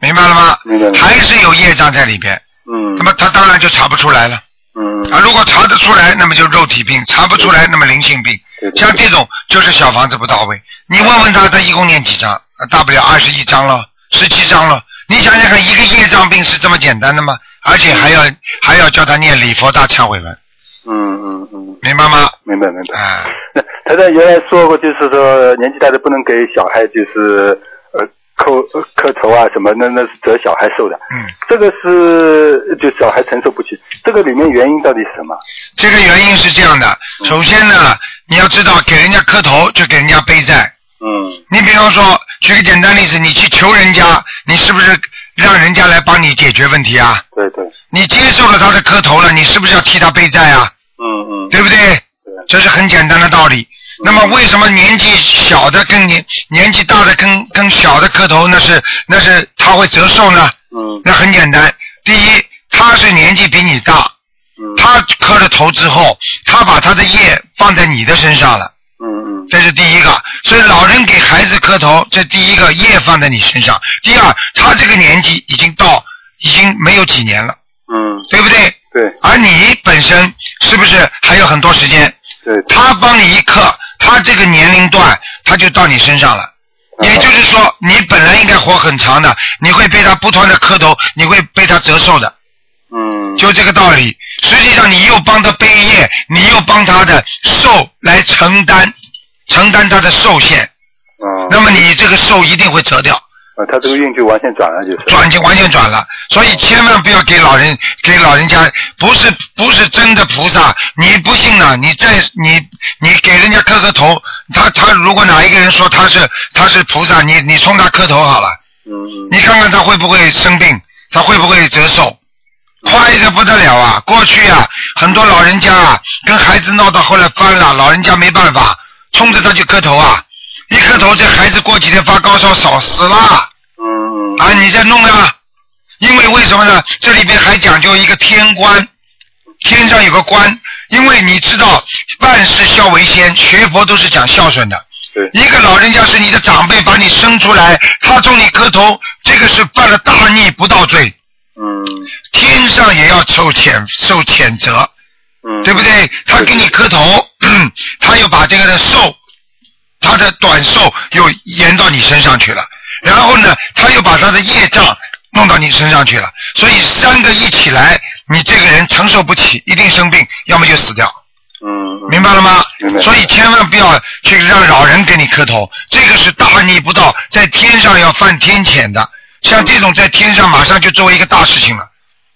Speaker 2: 明白了吗？
Speaker 6: 明白明白
Speaker 2: 还是有业障在里边，
Speaker 6: 嗯
Speaker 2: 那么他当然就查不出来了
Speaker 6: 嗯
Speaker 2: 啊。如果查得出来，那么就肉体病；查不出来，那么灵性病。
Speaker 6: 对对对
Speaker 2: 像这种就是小房子不到位。你问问他，他一共念几张？啊大不了二十一张了，十七张了。你想想看，一个业障病是这么简单的吗？而且还要还要叫他念礼佛大忏悔文，
Speaker 6: 嗯嗯嗯，
Speaker 2: 明白吗？
Speaker 6: 明白明白。
Speaker 2: 啊、
Speaker 6: 那 [laughs] 台长原来说过，就是说年纪大的不能给小孩就是呃扣呃磕头啊什么，那那是折小孩受的。
Speaker 2: 嗯，
Speaker 6: 这个是就小孩承受不起，这个里面原因到底是什么？
Speaker 2: 这个原因是这样的。首先呢，你要知道，给人家磕头就给人家背债。
Speaker 6: 嗯
Speaker 2: 你比方说，举个简单例子，你去求人家，你是不是让人家来帮你解决问题啊？
Speaker 6: 对对，
Speaker 2: 你接受了他的磕头了，你是不是要替他背债啊？
Speaker 6: 嗯嗯
Speaker 2: 对不对？这是很简单的道理。那么为什么年纪小的跟年年纪大的跟跟小的磕头，那是那是他会折寿呢？
Speaker 6: 嗯
Speaker 2: 那很简单，第一，他是年纪比你大，
Speaker 6: 嗯
Speaker 2: 他磕了头之后，他把他的业放在你的身上了。
Speaker 6: 嗯嗯
Speaker 2: 这是第一个，所以老人给孩子磕头，这第一个业放在你身上。第二，他这个年纪已经到，已经没有几年了，
Speaker 6: 嗯，
Speaker 2: 对不对？
Speaker 6: 对
Speaker 2: 而你本身是不是还有很多时间？
Speaker 6: 对，
Speaker 2: 他帮你一刻，他这个年龄段他就到你身上了。也
Speaker 6: 啊
Speaker 2: 就是说，你本来应该活很长的，你会被他不断的磕头，你会被他折寿的，
Speaker 6: 嗯
Speaker 2: 就这个道理。实际上，你又帮他背业，你又帮他的寿来承担，承担他的寿险，
Speaker 6: 嗯，
Speaker 2: 那么你这个寿一定会折掉，
Speaker 6: 啊他这个运就完全转了，就是
Speaker 2: 转就完全转了。所以千万不要给老人给老人家，不是不是真的菩萨，你不信呢？你再你你给人家磕个头，他他如果哪一个人说他是他是菩萨，你你冲他磕头好了，
Speaker 6: 嗯嗯
Speaker 2: 你看看他会不会生病，他会不会折寿？快的不得了啊！过去啊，很多老人家啊，跟孩子闹到后来翻了，老人家没办法，冲着他就磕头啊，一磕头这孩子过几天发高烧烧死了。
Speaker 6: 嗯嗯
Speaker 2: 啊，你在弄啊！因为为什么呢？这里边还讲究一个天官，天上有个官，因为你知道万事孝为先，学佛都是讲孝顺的。
Speaker 6: 对，
Speaker 2: 一个老人家是你的长辈，把你生出来，他冲你磕头，这个是犯了大逆不道罪，
Speaker 6: 嗯
Speaker 2: 天上也要受谴受谴责，
Speaker 6: 嗯，
Speaker 2: 对不？对？他给你磕头， [clears throat] 他又把这个的寿，他的短寿又延到你身上去了。然后呢，他又把他的业障弄到你身上去了。所以三个一起来，你这个人承受不起，一定生病，要么就死掉。
Speaker 6: 嗯，
Speaker 2: 明白了吗
Speaker 6: 明？白
Speaker 2: 所以千万不要去让老人给你磕头，这个是大逆不道，在天上要犯天谴的。像这种在天上马上就作为一个大事情了。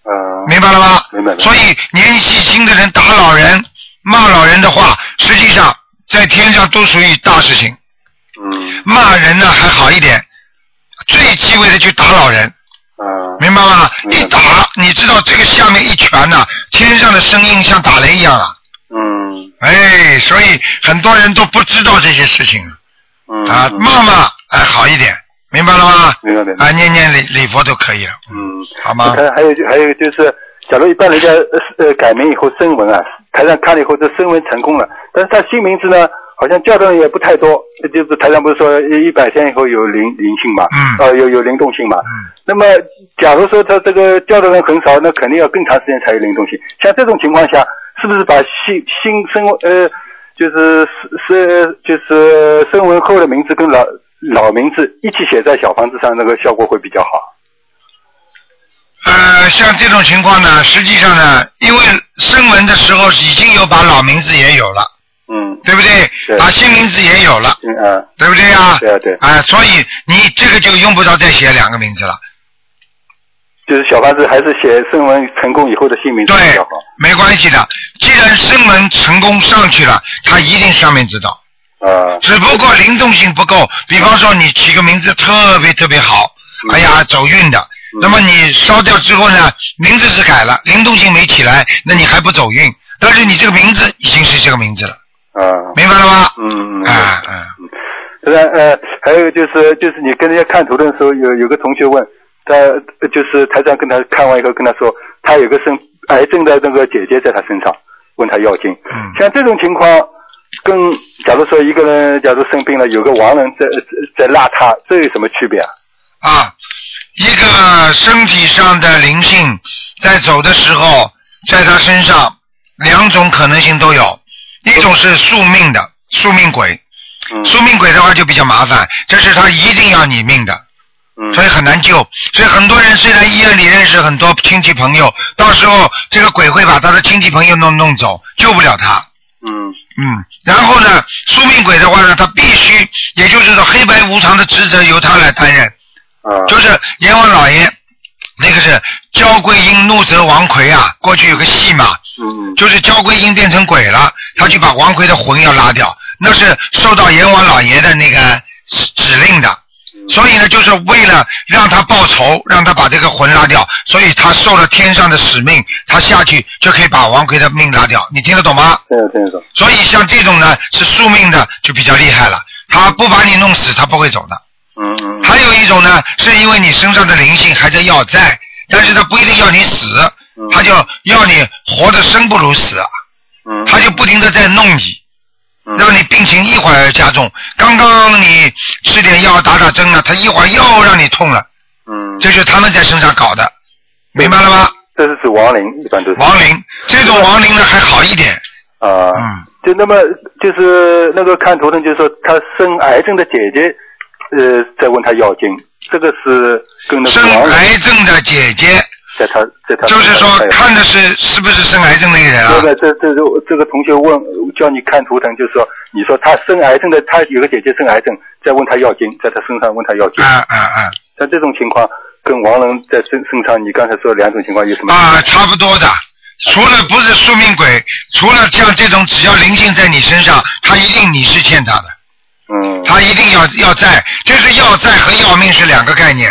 Speaker 6: 嗯，
Speaker 2: 明白了吗？
Speaker 6: 明白了
Speaker 2: 所以年纪轻的人打老人、骂老人的话，实际上在天上都属于大事情。
Speaker 6: 嗯
Speaker 2: 骂人呢还好一点，最忌讳的就打老人，
Speaker 6: 嗯，
Speaker 2: 明白吗？
Speaker 6: 明白
Speaker 2: 一打，你知道这个下面一拳呐、天上的声音像打雷一样啊！
Speaker 6: 嗯
Speaker 2: 哎，所以很多人都不知道这些事情
Speaker 6: 嗯
Speaker 2: 啊，骂骂哎好一点，明白了吗？
Speaker 6: 明白明白。
Speaker 2: 啊，念念礼礼佛都可以了，
Speaker 6: 嗯，
Speaker 2: 好吗
Speaker 6: 你？看还有就还有就是，假如一般人家呃呃改名以后声纹啊，台上看了以后这声纹成功了，但是他新名字呢，好像叫的人也不太多，就是台上不是说一百天以后有灵灵性嘛，
Speaker 2: 嗯
Speaker 6: 呃有有灵动性嘛，
Speaker 2: 嗯。
Speaker 6: 那么，假如说他这个叫的人很少，那肯定要更长时间才有灵动性。像这种情况下，是不是把新新生呃，就是是就是生文后的名字跟老老名字一起写在小房子上，那个效果会比较好？
Speaker 2: 呃，像这种情况呢，实际上呢，因为声纹的时候已经有把老名字也有了，
Speaker 6: 嗯，
Speaker 2: 对不对？
Speaker 6: 对
Speaker 2: 把新名字也有了，
Speaker 6: 嗯啊，
Speaker 2: 对 [laughs] 不对呀？
Speaker 6: 对啊对
Speaker 2: 啊、所以你这个就用不着再写两个名字了。
Speaker 6: 就是小房子还是写生文成功以后的新名字
Speaker 2: 对
Speaker 6: 比较好。，
Speaker 2: 没关系的。既然声纹成功上去了，他一定上面知道。
Speaker 6: 啊，
Speaker 2: 只不过灵动性不够，比方说你起个名字特别特别好，
Speaker 6: 嗯
Speaker 2: 哎呀走运的，那么你烧掉之后呢，名字是改了，灵动性没起来，那你还不走运，但是你这个名字已经是这个名字了，
Speaker 6: 啊，
Speaker 2: 明白了吗？
Speaker 6: 嗯嗯。嗯
Speaker 2: 啊嗯，
Speaker 6: 对，呃，还有就是就是你跟人家看图的时候，有有个同学问他，呃就是台长跟他看完以后跟他说，他有个生癌症的那个姐姐在他身上，问他要经。
Speaker 2: 嗯
Speaker 6: 像这种情况，跟假如说一个人假如生病了，有个亡人在在在拉他，这有什么区别啊？
Speaker 2: 啊，一个身体上的灵性在走的时候，在他身上两种可能性都有，一种是宿命的宿命鬼，
Speaker 6: 嗯
Speaker 2: 宿命鬼的话就比较麻烦，这是他一定要你命的。
Speaker 6: 嗯，
Speaker 2: 所以很难救。所以很多人虽然医院里认识很多亲戚朋友，到时候这个鬼会把他的亲戚朋友弄弄走，救不了他。
Speaker 6: 嗯
Speaker 2: 嗯，然后呢，宿命鬼的话呢，他必须，也就是说黑白无常的职责由他来担任，
Speaker 6: 啊，
Speaker 2: 就是阎王老爷，那个是焦桂英怒责王奎啊，过去有个戏嘛，
Speaker 6: 嗯
Speaker 2: 就是焦桂英变成鬼了，他就把王奎的魂要拉掉，那是受到阎王老爷的那个指指令的，所以呢，就是为了让他报仇，让他把这个魂拉掉，所以他受了天上的使命，他下去就可以把王奎的命拉掉，你听得懂吗？
Speaker 6: 这样这样说，
Speaker 2: 所以像这种呢，是宿命的就比较厉害了，他不把你弄死，他不会走的。
Speaker 6: 嗯嗯
Speaker 2: 还有一种呢，是因为你身上的灵性还在要债，但是他不一定要你死，
Speaker 6: 嗯
Speaker 2: 他就要你活得生不如死，
Speaker 6: 嗯，
Speaker 2: 他就不停的在弄你，
Speaker 6: 嗯
Speaker 2: 让你病情一会儿加重。刚刚你吃点药打打针了，啊他一会儿又让你痛了，
Speaker 6: 嗯，
Speaker 2: 这就是他们在身上搞的，明白了吗？
Speaker 6: 这是指亡灵，一般都是
Speaker 2: 亡灵，这种亡灵呢还好一点，
Speaker 6: 啊，
Speaker 2: 嗯，
Speaker 6: 就那么就是那个看图腾，就是说他生癌症的姐姐，呃，在问他要经，这个是跟那个
Speaker 2: 生
Speaker 6: 亡灵
Speaker 2: 癌症的姐姐。
Speaker 6: 在他在他
Speaker 2: 就是说
Speaker 6: 哎，
Speaker 2: 看的是是不是生癌症那个人啊
Speaker 6: 那？个这这这这个同学问叫你看图腾，就是说你说他生癌症的，他有个姐姐生癌症，再问他要经，在他身上问他要经，
Speaker 2: 啊啊啊
Speaker 6: 像这种情况跟亡人在身身上，你刚才说的两种情况有什么？
Speaker 2: 啊，差不多的。除了不是宿命鬼，除了像这种只要灵性在你身上，他一定你是欠他的，
Speaker 6: 嗯，
Speaker 2: 他一定要要债。这是要债和要命是两个概念。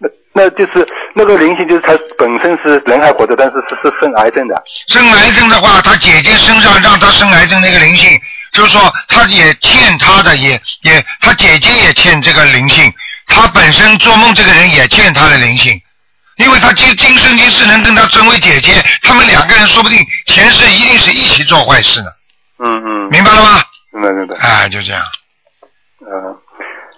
Speaker 6: 那 [laughs] 那就是那个灵性，就是他本身是人还活着，但是是是生癌症的，
Speaker 2: 生癌症的话，他姐姐身上让他生癌症那个灵性，就是说他也欠他的，也也他姐姐也欠这个灵性，他本身做梦这个人也欠他的灵性，因为他今今生今世能跟他成为姐姐，他们两个人说不定前世一定是一起做坏事呢，
Speaker 6: 嗯嗯，
Speaker 2: 明白了吗？
Speaker 6: 明白明白。
Speaker 2: 哎，就这样，
Speaker 6: 嗯，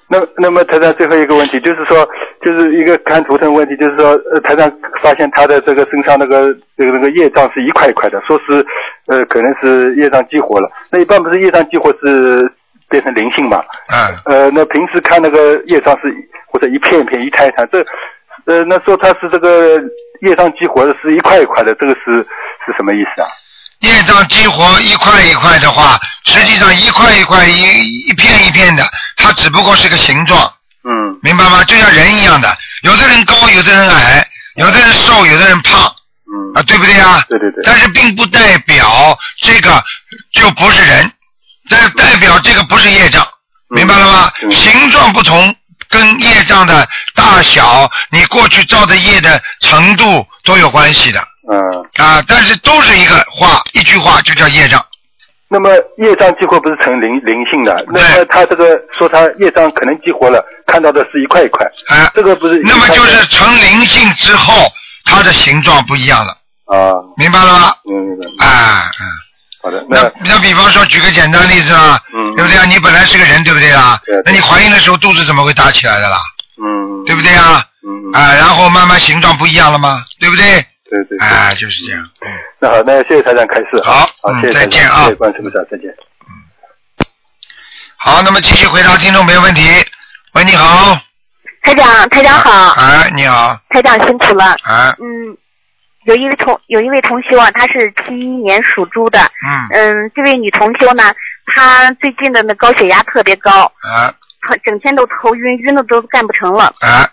Speaker 6: 那那么台长最后一个问题就是说，就是一个看图腾问题，就是说，呃，台长发现他的这个身上那个这个那个业障是一块一块的，说是呃可能是业障激活了。那一般不是业障激活是变成灵性嘛？
Speaker 2: 嗯，
Speaker 6: 呃，那平时看那个业障是或者一片一片一摊一摊，这呃那说他是这个业障激活的是一块一块的，这个是是什么意思啊？
Speaker 2: 业障激活一块一块的话，实际上一块一块一一片一片的，它只不过是个形状。
Speaker 6: 嗯
Speaker 2: 明白吗？就像人一样的，有的人高，有的人矮，有的人瘦，有的人胖
Speaker 6: 嗯
Speaker 2: 啊，对不对啊？
Speaker 6: 对对对
Speaker 2: 但是并不代表这个就不是人，但代表这个不是业障，
Speaker 6: 嗯
Speaker 2: 明白了吗？
Speaker 6: 嗯
Speaker 2: 形状不同，跟业障的大小，你过去造的业的程度都有关系的
Speaker 6: 嗯。
Speaker 2: 啊。但是都是一个话，一句话就叫业障。
Speaker 6: 那么业障激活不是成灵灵性的，那
Speaker 2: 对
Speaker 6: 么他这个说他业障可能激活了，看到的是一块一块，
Speaker 2: 哎、
Speaker 6: 这个不是
Speaker 2: 那么就是成灵性之后，它的形状不一样了，
Speaker 6: 啊，
Speaker 2: 明白了吗？
Speaker 6: 明白明白，
Speaker 2: 啊，嗯。
Speaker 6: 好的，
Speaker 2: 那
Speaker 6: 那
Speaker 2: 那比方说，举个简单例子啊，
Speaker 6: 嗯
Speaker 2: 对不对啊？你本来是个人，对不对啊？
Speaker 6: 对对
Speaker 2: 那你怀孕的时候肚子怎么会大起来的啦？
Speaker 6: 嗯，
Speaker 2: 对不对啊？
Speaker 6: 嗯，
Speaker 2: 啊，然后慢慢形状不一样了吗？对不对？
Speaker 6: 对对对，
Speaker 2: 啊，就是这样。
Speaker 6: 那好，那谢谢台长开示，
Speaker 2: 好
Speaker 6: 好，
Speaker 2: 嗯
Speaker 6: 谢谢台
Speaker 2: 再见啊
Speaker 6: 长，谢谢关师傅长，再见。
Speaker 2: 好，那么继续回答听众朋友问题。喂，你好。
Speaker 3: 台长，台长好，
Speaker 2: 哎，你好。
Speaker 3: 台长辛苦了。
Speaker 2: 哎，
Speaker 3: 嗯，有一位同有一位同修啊，她是七一年属猪的。
Speaker 2: 嗯，
Speaker 3: 嗯，这位女同修呢，她最近的那高血压特别高，
Speaker 2: 哎，
Speaker 3: 她整天都头晕，晕的都干不成了。
Speaker 2: 哎，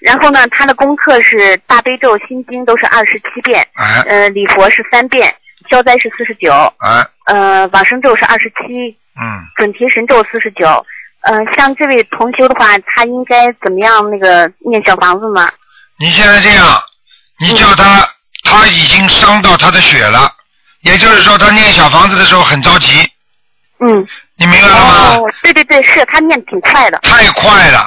Speaker 3: 然后呢，她的功课是大悲咒、心经都是二十七遍，
Speaker 2: 哎，
Speaker 3: 呃，礼佛是三遍，消灾是四十九，
Speaker 2: 哎，
Speaker 3: 呃，往生咒是二十七，
Speaker 2: 嗯，
Speaker 3: 准提神咒四十九。呃，像这位同修的话，她应该怎么样那个念小房子呢？
Speaker 2: 你现在这样，你叫他，他已经伤到他的血了，也就是说，他念小房子的时候很着急，
Speaker 3: 嗯，
Speaker 2: 你明白了吗？
Speaker 3: 哦，对对对，是他念挺快的。
Speaker 2: 太快了，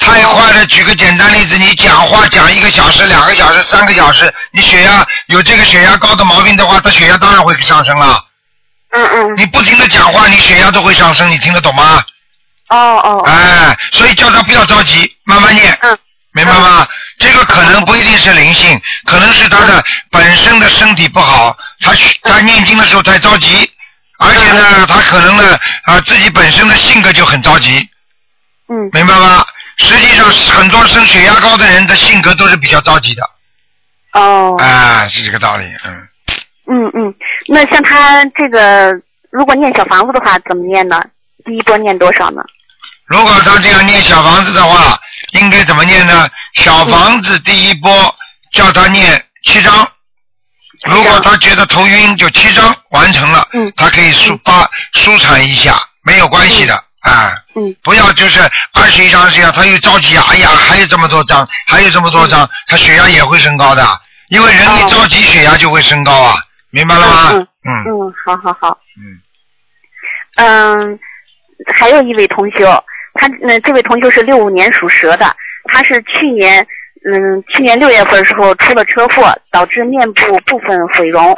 Speaker 2: 太快了。举个简单例子，你讲话讲一个小时、两个小时、三个小时，你血压有这个血压高的毛病的话，他血压当然会上升了。
Speaker 3: 嗯嗯。
Speaker 2: 你不停的讲话，你血压都会上升，你听得懂吗？
Speaker 3: 哦哦。
Speaker 2: 哎，所以叫他不要着急，慢慢念，
Speaker 3: 嗯嗯
Speaker 2: 明白吗？这个可能不一定是灵性，可能是他的本身的身体不好，他需他念经的时候太着急，而且
Speaker 3: 嗯
Speaker 2: 呢，他可能呢啊、自己本身的性格就很着急，
Speaker 3: 嗯
Speaker 2: 明白吗？实际上很多升血压高的人的性格都是比较着急的，
Speaker 3: 哦，
Speaker 2: 啊，是这个道理，嗯，
Speaker 3: 嗯嗯，那像他这个如果念小房子的话，怎么念呢？第一波念多少呢？
Speaker 2: 如果他这样念小房子的话，应该怎么念呢？小房子第一波叫他念七章，如果他觉得头晕，就七章完成了
Speaker 3: 嗯，
Speaker 2: 他可以舒发舒展一下，没有关系的啊。
Speaker 3: 嗯
Speaker 2: 不要就是二十一章这样，他又着急啊，哎呀，还有这么多章，还有这么多章，他血压也会升高的，因为人一
Speaker 3: 嗯哦
Speaker 2: 着急，血压就会升高啊，明白了吗？
Speaker 3: 嗯
Speaker 2: 嗯
Speaker 3: 嗯，好好好。
Speaker 2: 嗯，
Speaker 3: 嗯，还有一位同修，他那这位同修是六五年属蛇的，他是去年嗯去年六月份的时候出了车祸，导致面部部分毁容。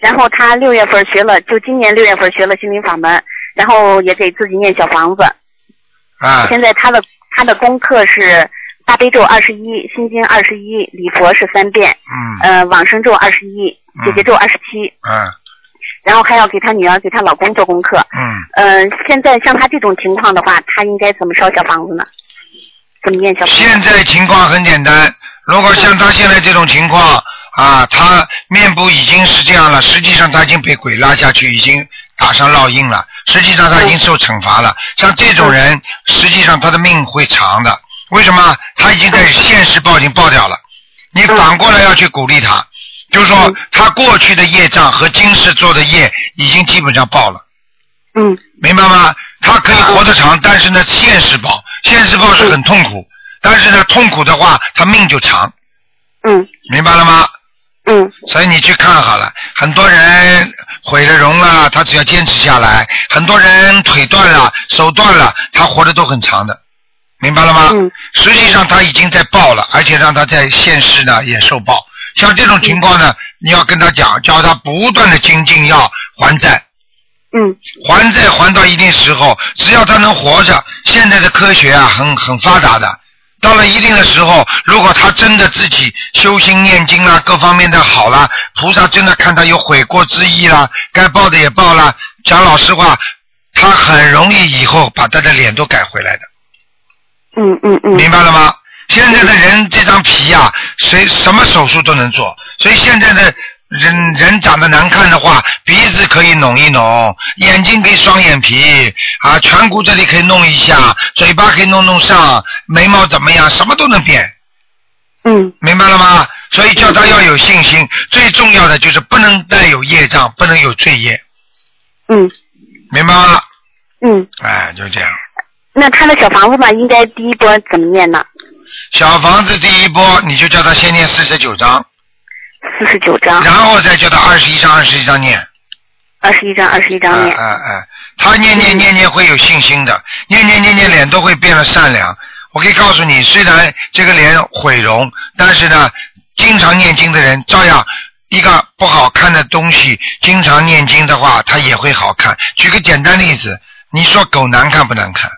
Speaker 3: 然后他六月份学了，就今年六月份学了心灵法门，然后也给自己念小房子。
Speaker 2: 啊，
Speaker 3: 现在他的他的功课是大悲咒二十一，心经二十一，礼佛是三遍，
Speaker 2: 嗯
Speaker 3: 呃，往生咒二十一，姐姐咒二十七，
Speaker 2: 嗯
Speaker 3: 然后还要给他女儿给她老公做功课。
Speaker 2: 嗯，
Speaker 3: 嗯，现在像他这种情况的话，他应该怎么烧小房子呢？怎么念小房子？
Speaker 2: 现在情况很简单，如果像他现在这种情况啊，他面部已经是这样了，实际上他已经被鬼拉下去，已经打上烙印了，实际上他已经受惩罚了。像这种人，实际上他的命会长的，为什么？他已经在现实报已经报掉了，你反过来要去鼓励他，就是说他过去的业障和今世做的业已经基本上报了。
Speaker 3: 嗯
Speaker 2: 明白吗？他可以活得长，但是呢，现实报，现实报是很痛苦，但是呢，痛苦的话，他命就长，
Speaker 3: 嗯
Speaker 2: 明白了吗？
Speaker 3: 嗯
Speaker 2: 所以你去看好了，很多人毁了容了，他只要坚持下来；很多人腿断了、手断了，他活得都很长的，明白了吗？
Speaker 3: 嗯
Speaker 2: 实际上他已经在报了，而且让他在现世呢也受报。像
Speaker 3: 嗯
Speaker 2: 这种情况呢，你要跟他讲，叫他不断的精进，要还债。
Speaker 3: 嗯
Speaker 2: 还债还到一定时候，只要他能活着，现在的科学啊很很发达的。到了一定的时候，如果他真的自己修心念经啦、各方面的好啦，菩萨真的看他有悔过之意啦，该报的也报啦。讲老实话，他很容易以后把他的脸都改回来的，
Speaker 3: 嗯嗯嗯
Speaker 2: 明白了吗？现在的人这张皮呀、谁什么手术都能做，所以现在的人人长得难看的话，鼻子可以弄一弄，眼睛可以双眼皮啊，颧骨这里可以弄一下，嘴巴可以弄弄上，眉毛怎么样，什么都能变，
Speaker 3: 嗯
Speaker 2: 明白了吗？所以叫他要有信心，最重要的就是不能带有业障，不能有罪业，
Speaker 3: 嗯
Speaker 2: 明白吗？
Speaker 3: 嗯。
Speaker 2: 哎，就这样。
Speaker 3: 那他的小房子嘛，应该第一波怎么念呢？
Speaker 2: 小房子第一波，你就叫他先念四十九章，
Speaker 3: 四十九章，
Speaker 2: 然后再叫他二十一章，二十一章念。
Speaker 3: 二十一章，二十一章念。
Speaker 2: 啊啊啊！他念念念念会有信心的，念念念念脸都会变得善良。我可以告诉你，虽然这个脸毁容，但是呢，经常念经的人照样一个不好看的东西，经常念经的话，它也会好看。举个简单例子，你说狗难看不难看？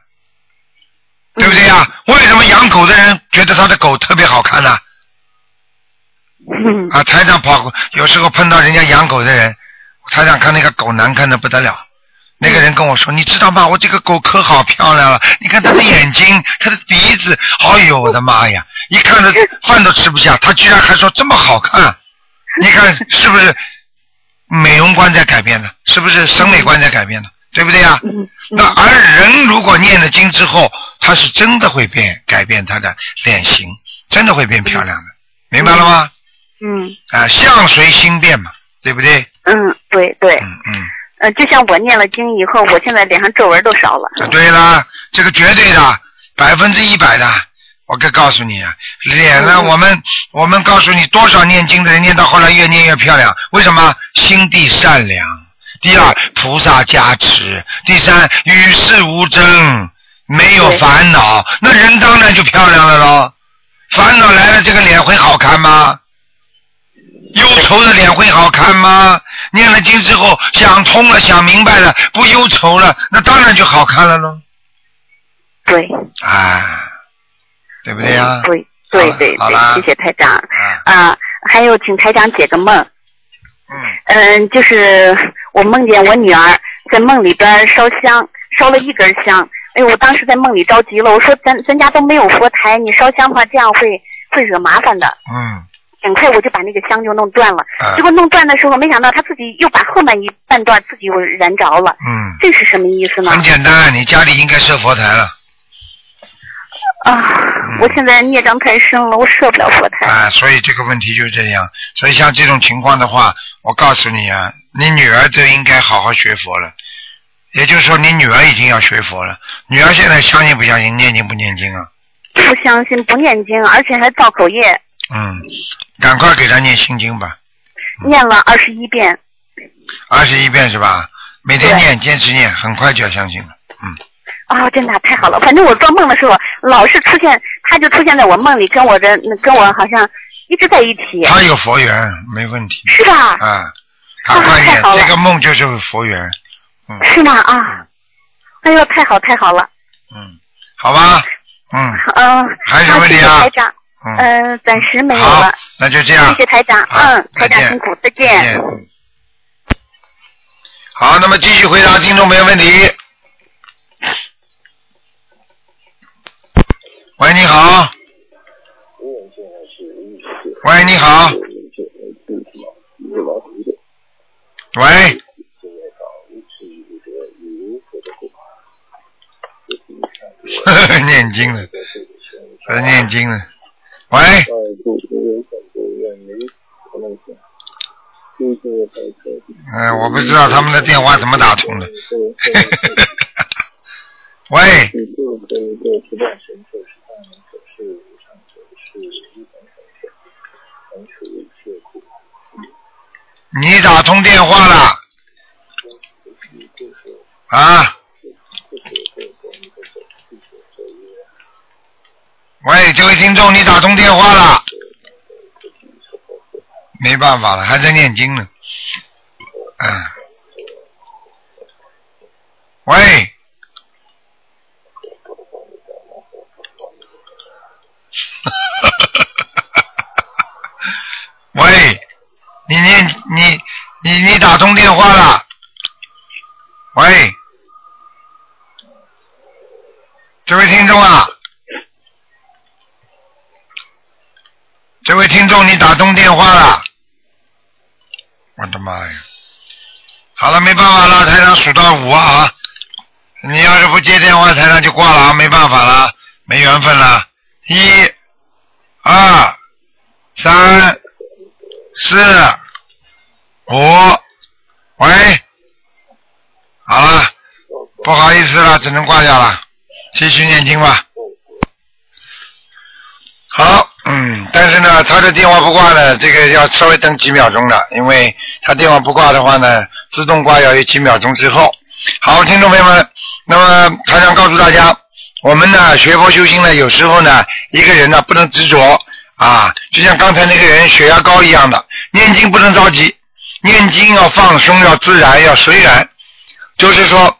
Speaker 2: 对不对呀、为什么养狗的人觉得他的狗特别好看呢、
Speaker 3: 嗯
Speaker 2: 啊，台长跑过，有时候碰到人家养狗的人，台长看那个狗难看的不得了。那个人跟我说：“
Speaker 3: 嗯
Speaker 2: 你知道吗？我这个狗可好漂亮了，你看它的眼睛，它的鼻子，哎呦我的妈呀！一看着饭都吃不下，它居然还说这么好看，你看是不是美容观在改变呢？是不是审美观在改变呢？对不对呀？
Speaker 3: 嗯
Speaker 2: 那而人如果念了经之后，他是真的会变改变他的脸型，真的会变漂亮的，明白了吗？
Speaker 3: [laughs] 嗯
Speaker 2: 啊，相随心变嘛，对不对？
Speaker 3: 嗯，对对，
Speaker 2: 嗯嗯，
Speaker 3: 呃，就像我念了经以后，我现在脸上皱纹都少了。
Speaker 2: 啊，对啦，这个绝对的，百分之一百的。我可告诉你啊，脸呢，
Speaker 3: 嗯
Speaker 2: 我们我们告诉你，多少念经的人念到后来越念越漂亮，为什么？心地善良。第二，菩萨加持。第三，与世无争，没有
Speaker 3: 对
Speaker 2: 烦恼，那人当然就漂亮了喽。烦恼来了，这个脸会好看吗？忧愁的脸会好看吗？念了经之后想通了，想明白了，不忧愁了，那当然就好看了喽。
Speaker 3: 对，
Speaker 2: 啊，对不对呀、啊？
Speaker 3: 嗯对对对
Speaker 2: 好啦
Speaker 3: 对，谢谢台长。啊，还有请台长解个梦。
Speaker 2: 嗯
Speaker 3: 嗯，就是我梦见我女儿在梦里边烧香，烧了一根香，
Speaker 7: 哎呦，我当时在梦里着急了，我说咱咱家都没有佛台，你烧香的话这样会会惹麻烦的。
Speaker 2: 嗯，
Speaker 7: 很快我就把那个香就弄断了，
Speaker 2: 啊
Speaker 7: 结，果弄断的时候，没想到他自己又把后面一半段自己又燃着了，
Speaker 2: 嗯，
Speaker 7: 这是什么意思呢？
Speaker 2: 很简单，啊你家里应该设佛台了。嗯
Speaker 7: 啊，我现在孽障太深了，我设不了佛台。
Speaker 2: 啊，所以这个问题就是这样。所以像这种情况的话，我告诉你啊，你女儿就应该好好学佛了。也就是说，你女儿已经要学佛了。女儿现在相信不相信，念经不念经啊？
Speaker 7: 不相信，不念经，而且还造口业，
Speaker 2: 嗯，赶快给她念心经吧，
Speaker 7: 念了二十一遍。
Speaker 2: 二十一遍是吧？每天
Speaker 7: 对
Speaker 2: 念，坚持念，很快就要相信了。
Speaker 7: 啊、真的太好了！反正我做梦的时候，老是出现，他就出现在我梦里，跟我的跟我好像一直在一起，
Speaker 2: 她有佛缘，没问题
Speaker 7: 是吧？
Speaker 2: 啊。赶
Speaker 7: 啊
Speaker 2: 快
Speaker 7: 太
Speaker 2: 念，
Speaker 7: [laughs] 好了
Speaker 2: 这个梦就是佛缘。
Speaker 7: 是吗？啊，哎呦，太好太好了！
Speaker 2: 嗯，好吧，嗯
Speaker 7: 嗯、
Speaker 2: 还有什么问题
Speaker 7: 那谢
Speaker 2: 啊
Speaker 7: 谢台长，
Speaker 2: 嗯，
Speaker 7: 嗯、暂时没有
Speaker 2: 好
Speaker 7: 了。，
Speaker 2: 那就这样。
Speaker 7: 谢谢台长，
Speaker 2: 啊
Speaker 7: 嗯，台长
Speaker 2: 再见
Speaker 7: 辛苦，再
Speaker 2: 再见。好，那么继续回答听众朋友问题。喂，你好。喂，你好。喂。 [laughs] 呵呵，念经了，在念经了。喂。哎，我不知道他们的电话怎么打通的。喂，你打通电话了？啊？喂，这位听众，你打通电话了？没办法了，还在念经呢。嗯。 [coughs] 喂。喂，你念你你你打通电话了？喂，这位听众啊，这位听众，你打通电话了？我的妈呀！好了，没办法了，台长数到五啊！你要是不接电话，台长就挂了啊，没办法了，没缘分了。一、二、三、四、五，喂，好了，不好意思了，只能挂掉了，继续念经吧。好，嗯，但是呢，他的电话不挂呢，这个要稍微等几秒钟的，因为他电话不挂的话呢，自动挂要有几秒钟之后。好，听众朋友们，那么台长告诉大家，我们呢学佛修心呢，有时候呢，一个人呢不能执着啊，就像刚才那个人血压高一样的，念经不能着急，念经要放松，要自然，要随缘，就是说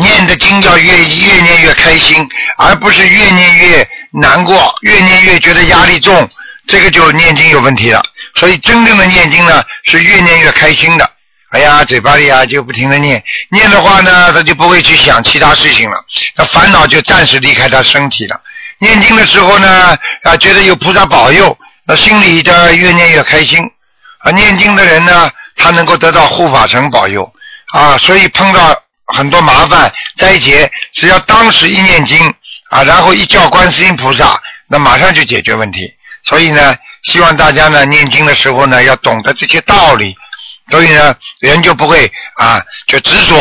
Speaker 2: 念的经要越越念越开心，而不是越念越难过，越念越觉得压力重，这个就念经有问题了。所以真正的念经呢，是越念越开心的。哎呀，嘴巴里啊就不停的念，念的话呢，他就不会去想其他事情了，那烦恼就暂时离开他身体了。念经的时候呢，啊，觉得有菩萨保佑，那心里的越念越开心。啊，念经的人呢，他能够得到护法神保佑啊，所以碰到很多麻烦灾劫，只要当时一念经啊，然后一叫观世音菩萨，那马上就解决问题。所以呢，希望大家呢念经的时候呢，要懂得这些道理，所以呢，人就不会啊就执着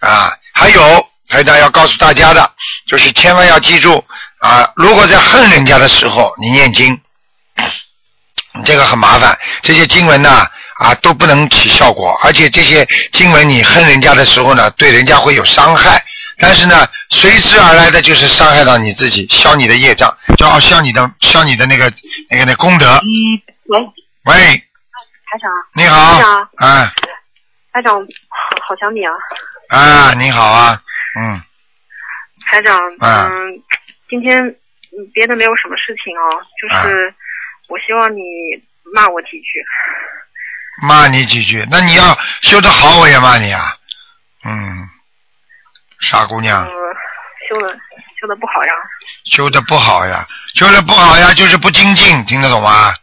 Speaker 2: 啊。还有台长要告诉大家的，就是千万要记住啊，如果在恨人家的时候，你念经，这个很麻烦，这些经文呢啊都不能起效果，而且这些经文你恨人家的时候呢，对人家会有伤害。但是呢，随之而来的就是伤害到你自己，消你的业障，消消你的消你的那个那个那功德。
Speaker 8: 嗯喂，
Speaker 2: 喂，
Speaker 8: 台长，
Speaker 2: 你好
Speaker 8: 台长，
Speaker 2: 啊
Speaker 8: 台长，嗯好好想你啊，
Speaker 2: 啊，你好啊，嗯
Speaker 8: 台长，
Speaker 2: 啊
Speaker 8: 嗯，今天嗯别的没有什么事情哦，就是我希望你骂我几句，
Speaker 2: 骂你几句，那你要修得好，我也骂你啊。嗯，傻姑娘
Speaker 8: 嗯，修的修的不好呀。
Speaker 2: 修的不好呀，修的不好呀，就是不精进，听得懂吗？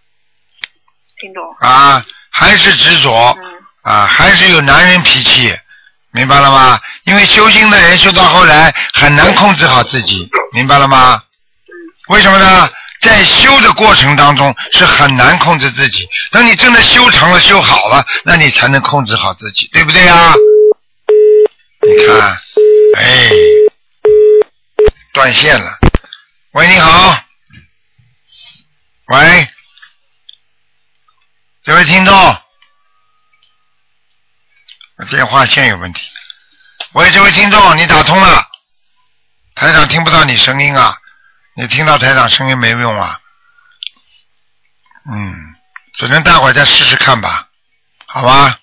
Speaker 8: 听懂。嗯
Speaker 2: 啊，还是执着，啊，还是有男人脾气，明白了吗？因为修心的人修到后来很难控制好自己，明白了吗？为什么呢？在修的过程当中是很难控制自己，等你真的修成了、修好了，那你才能控制好自己，对不对呀？你看，哎，断线了。喂，你好。喂，这位听众，电话线有问题。喂，这位听众，你打通了，台长听不到你声音啊，你听到台长声音没用啊。嗯，只能待会儿再试试看吧，好吧？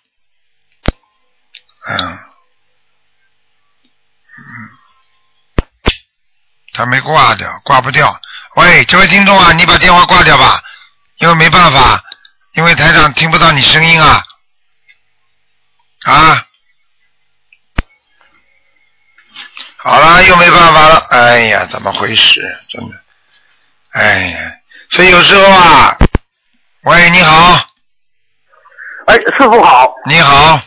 Speaker 2: 嗯。他没挂掉，挂不掉。喂，这位听众啊，你把电话挂掉吧，因为没办法，因为台长听不到你声音啊。啊，好了，又没办法了。哎呀，怎么回事？真的，哎呀，所以有时候啊，喂，你好，
Speaker 6: 哎，师傅好。
Speaker 2: 你好。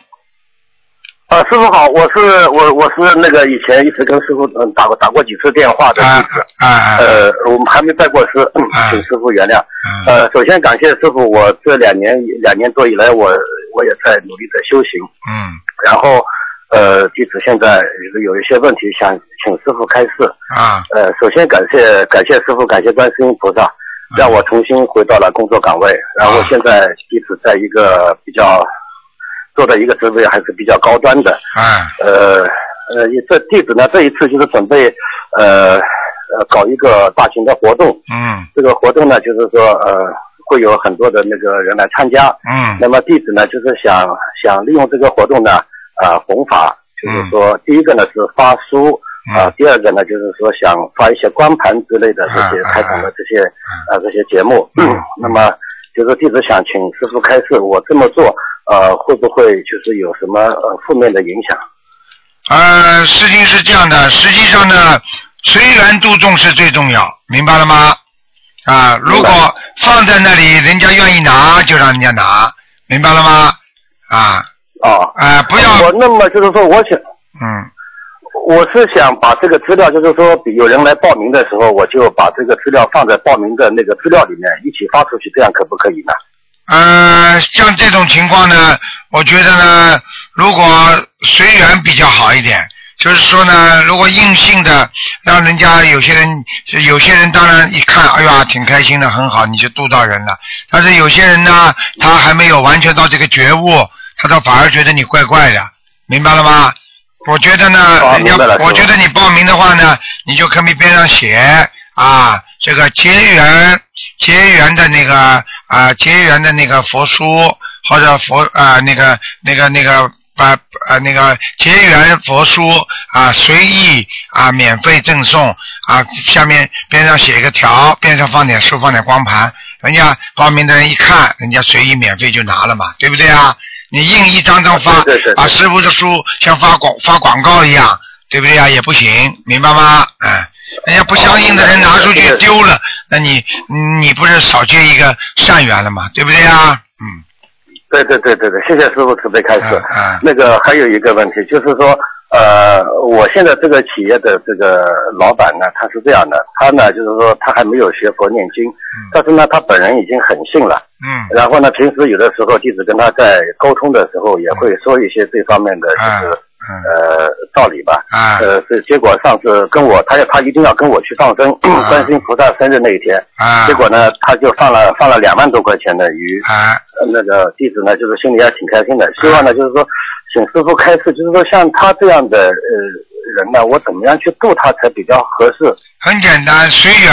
Speaker 6: 啊，师傅好，我是我我是那个以前一直跟师傅嗯打过打过几次电话的弟子，
Speaker 2: 啊
Speaker 6: 呃，我们还没拜过师，嗯请师傅原谅。
Speaker 2: 嗯
Speaker 6: 呃，首先感谢师傅，我这两年两年多以来我，我也在努力的修行，
Speaker 2: 嗯
Speaker 6: 然后呃，弟子现在有一些问题想请师傅开示。
Speaker 2: 啊
Speaker 6: 呃，首先感谢感谢师傅，感谢观世音菩萨，让我重新回到了工作岗位。然后现在弟子在一个比较做的一个职位还是比较高端的。
Speaker 2: 哎
Speaker 6: 呃呃，这弟子呢，这一次就是准备呃呃搞一个大型的活动。
Speaker 2: 嗯
Speaker 6: 这个活动呢，就是说呃会有很多的那个人来参加。
Speaker 2: 嗯
Speaker 6: 那么弟子呢，就是想想利用这个活动呢，啊、弘法，就是说，第一个呢是发书，啊、第二个呢就是说想发一些光盘之类的这些开场的这些啊、这些节目。 [clears throat] 那么就是弟子想请师傅开示，我这么做，呃，会不会就是有什么呃负面的影响？
Speaker 2: 呃，事情是这样的，实际上呢，随缘度众是最重要，明白了吗？啊，如果放在那里，人家愿意拿就让人家拿，明白了吗？啊，
Speaker 6: 哦，
Speaker 2: 啊、不要。
Speaker 6: 我那么就是说，我想
Speaker 2: 嗯
Speaker 6: 我是想把这个资料，就是说，比有人来报名的时候，我就把这个资料放在报名的那个资料里面一起发出去，这样可不可以呢？
Speaker 2: 呃，像这种情况呢，我觉得呢，如果随缘比较好一点，就是说呢，如果硬性的让人家有些人，有些人当然一看，哎呀，挺开心的，很好，你就渡到人了。但是有些人呢，他还没有完全到这个觉悟，他倒反而觉得你怪怪的，明白了吗？我觉得呢，
Speaker 6: 哦
Speaker 2: 人家
Speaker 6: 明白了
Speaker 2: 我觉得你报名的话呢，你就可以边上写啊，这个结缘结缘的那个啊结缘的那个佛书或者佛啊那个那个那个把啊那个结缘佛书啊随意啊免费赠送啊，下面边上写一个条，边上放点书放点光盘，人家报名的人一看，人家随意免费就拿了嘛，对不对啊？你印一张张发，
Speaker 6: 对对对
Speaker 2: 把师傅的书像发广发广告一样，对不对啊呀、也不行，明白吗？哎，人家不相信的人拿出去丢了，那你你不是少结一个善缘了吗？对不对呀、嗯，
Speaker 6: 对对对对对，谢谢师傅慈悲开示。
Speaker 2: 嗯嗯
Speaker 6: 那个还有一个问题，就是说，呃，我现在这个企业的这个老板呢，他是这样的，他呢就是说他还没有学佛念经，但是呢他本人已经很信了。
Speaker 2: 嗯
Speaker 6: 然后呢，平时有的时候弟子跟他在沟通的时候，也会说一些这方面的就是、呃道理吧。
Speaker 2: 嗯啊
Speaker 6: 呃，是结果上次跟我，他他一定要跟我去放生， [clears throat] 观世音菩萨生日那一天，
Speaker 2: 啊
Speaker 6: 结果呢，他就放了放了两万多块钱的鱼，
Speaker 2: 啊
Speaker 6: 呃那个弟子呢，就是心里还挺开心的。希望呢，就是说，请师傅开示，就是说像他这样的呃人呢，我怎么样去度他才比较合适？
Speaker 2: 很简单，随缘。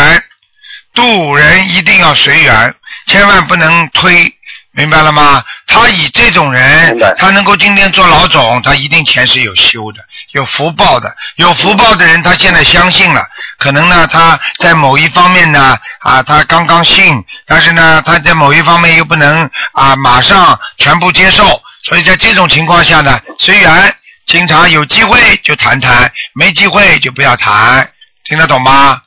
Speaker 2: 渡人一定要随缘，千万不能推，明白了吗？他以这种人
Speaker 6: 明白，
Speaker 2: 他能够今天做老总，他一定前世有修的，有福报的。有福报的人，他现在相信了，可能呢，他在某一方面呢，啊，他刚刚信，但是呢，他在某一方面又不能啊，马上全部接受。所以在这种情况下呢，随缘。经常有机会就谈谈，没机会就不要谈，听得懂吗？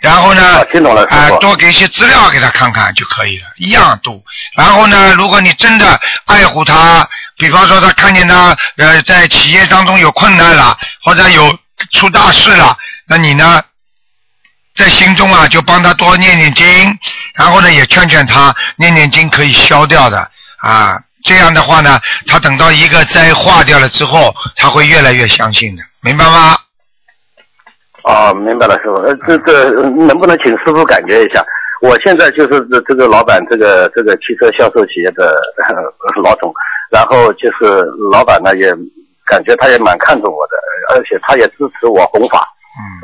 Speaker 2: 然后呢
Speaker 6: 啊，听懂了，师
Speaker 2: 啊、
Speaker 6: 傅。
Speaker 2: 多给一些资料给他看看就可以了，一样度。然后呢，如果你真的爱护他，比方说他看见他呃在企业当中有困难了，或者有出大事了，那你呢，在心中啊就帮他多念念经，然后呢也劝劝他念念经可以消掉的啊。这样的话呢，他等到一个灾化掉了之后，他会越来越相信的，明白吗？
Speaker 6: 哦，明白了，师傅。呃，这个呃能不能请师傅感觉一下？我现在就是这这个老板，这个这个汽车销售企业的 [laughs] 呃老总，然后就是老板呢也感觉他也蛮看重我的，而且他也支持我弘法，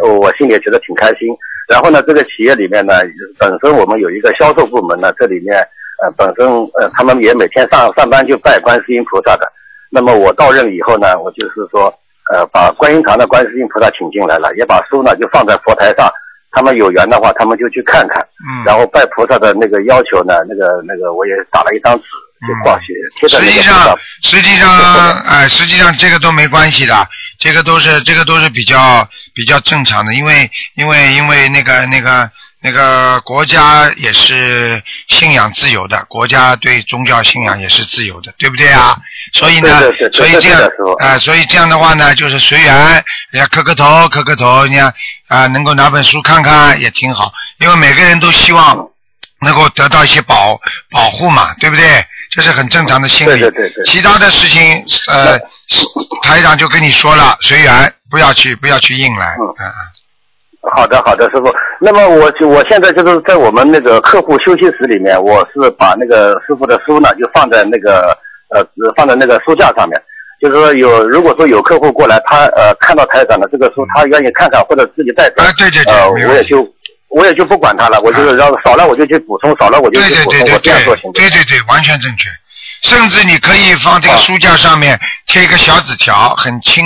Speaker 2: 嗯
Speaker 6: 呃我心里也觉得挺开心。然后呢，这个企业里面呢，本身我们有一个销售部门呢，这里面呃本身呃他们也每天上上班就拜观世音菩萨的。那么我到任以后呢，我就是说呃把观音堂的观世音菩萨请进来了，也把书呢就放在佛台上，他们有缘的话，他们就去看看。
Speaker 2: 嗯。
Speaker 6: 然后拜菩萨的那个要求呢，那个那个我也打了一张纸，就挂写贴在
Speaker 2: 嗯实
Speaker 6: 那
Speaker 2: 际
Speaker 6: 个
Speaker 2: 上
Speaker 6: 上。，
Speaker 2: 实际上，哎、实际上这个都没关系的，这个都是这个都是比较比较正常的，因为因为因为那个那个那个国家也是信仰自由的，国家对宗教信仰也是自由的，对不对啊？所以呢
Speaker 6: 对对，对
Speaker 2: 所以这样
Speaker 6: 对对对师傅
Speaker 2: 啊、所以这样的话呢，就是随缘，人家磕磕头磕磕头，人家啊、能够拿本书看看也挺好，因为每个人都希望。能够得到一些保保护嘛，对不对？这是很正常的心理。
Speaker 6: 对对对对
Speaker 2: 其他的事情，呃，台长就跟你说了，随缘，不要去不要去硬来。
Speaker 6: 嗯
Speaker 2: 嗯
Speaker 6: 好的，好的，师傅。那么我就我现在就是在我们那个客户休息室里面，我是把那个师傅的书呢就放在那个呃呃放在那个书架上面。就是说有，如果说有客户过来，他呃看到台长的这个书，他愿意看看或者自己带走，
Speaker 2: 啊，对对对，
Speaker 6: 呃，
Speaker 2: 没
Speaker 6: 我
Speaker 2: 问
Speaker 6: 也
Speaker 2: 题。
Speaker 6: 就我也就不管他了，我就是让少了我就去补充，少了我就
Speaker 2: 对
Speaker 6: 去
Speaker 2: 对对
Speaker 6: 补充，
Speaker 2: 对
Speaker 6: 我这样做行
Speaker 2: 对，对
Speaker 6: 不行？
Speaker 2: 对对，完全正确。甚至你可以放这个
Speaker 6: 啊
Speaker 2: 书架上面贴一个小纸条，很轻、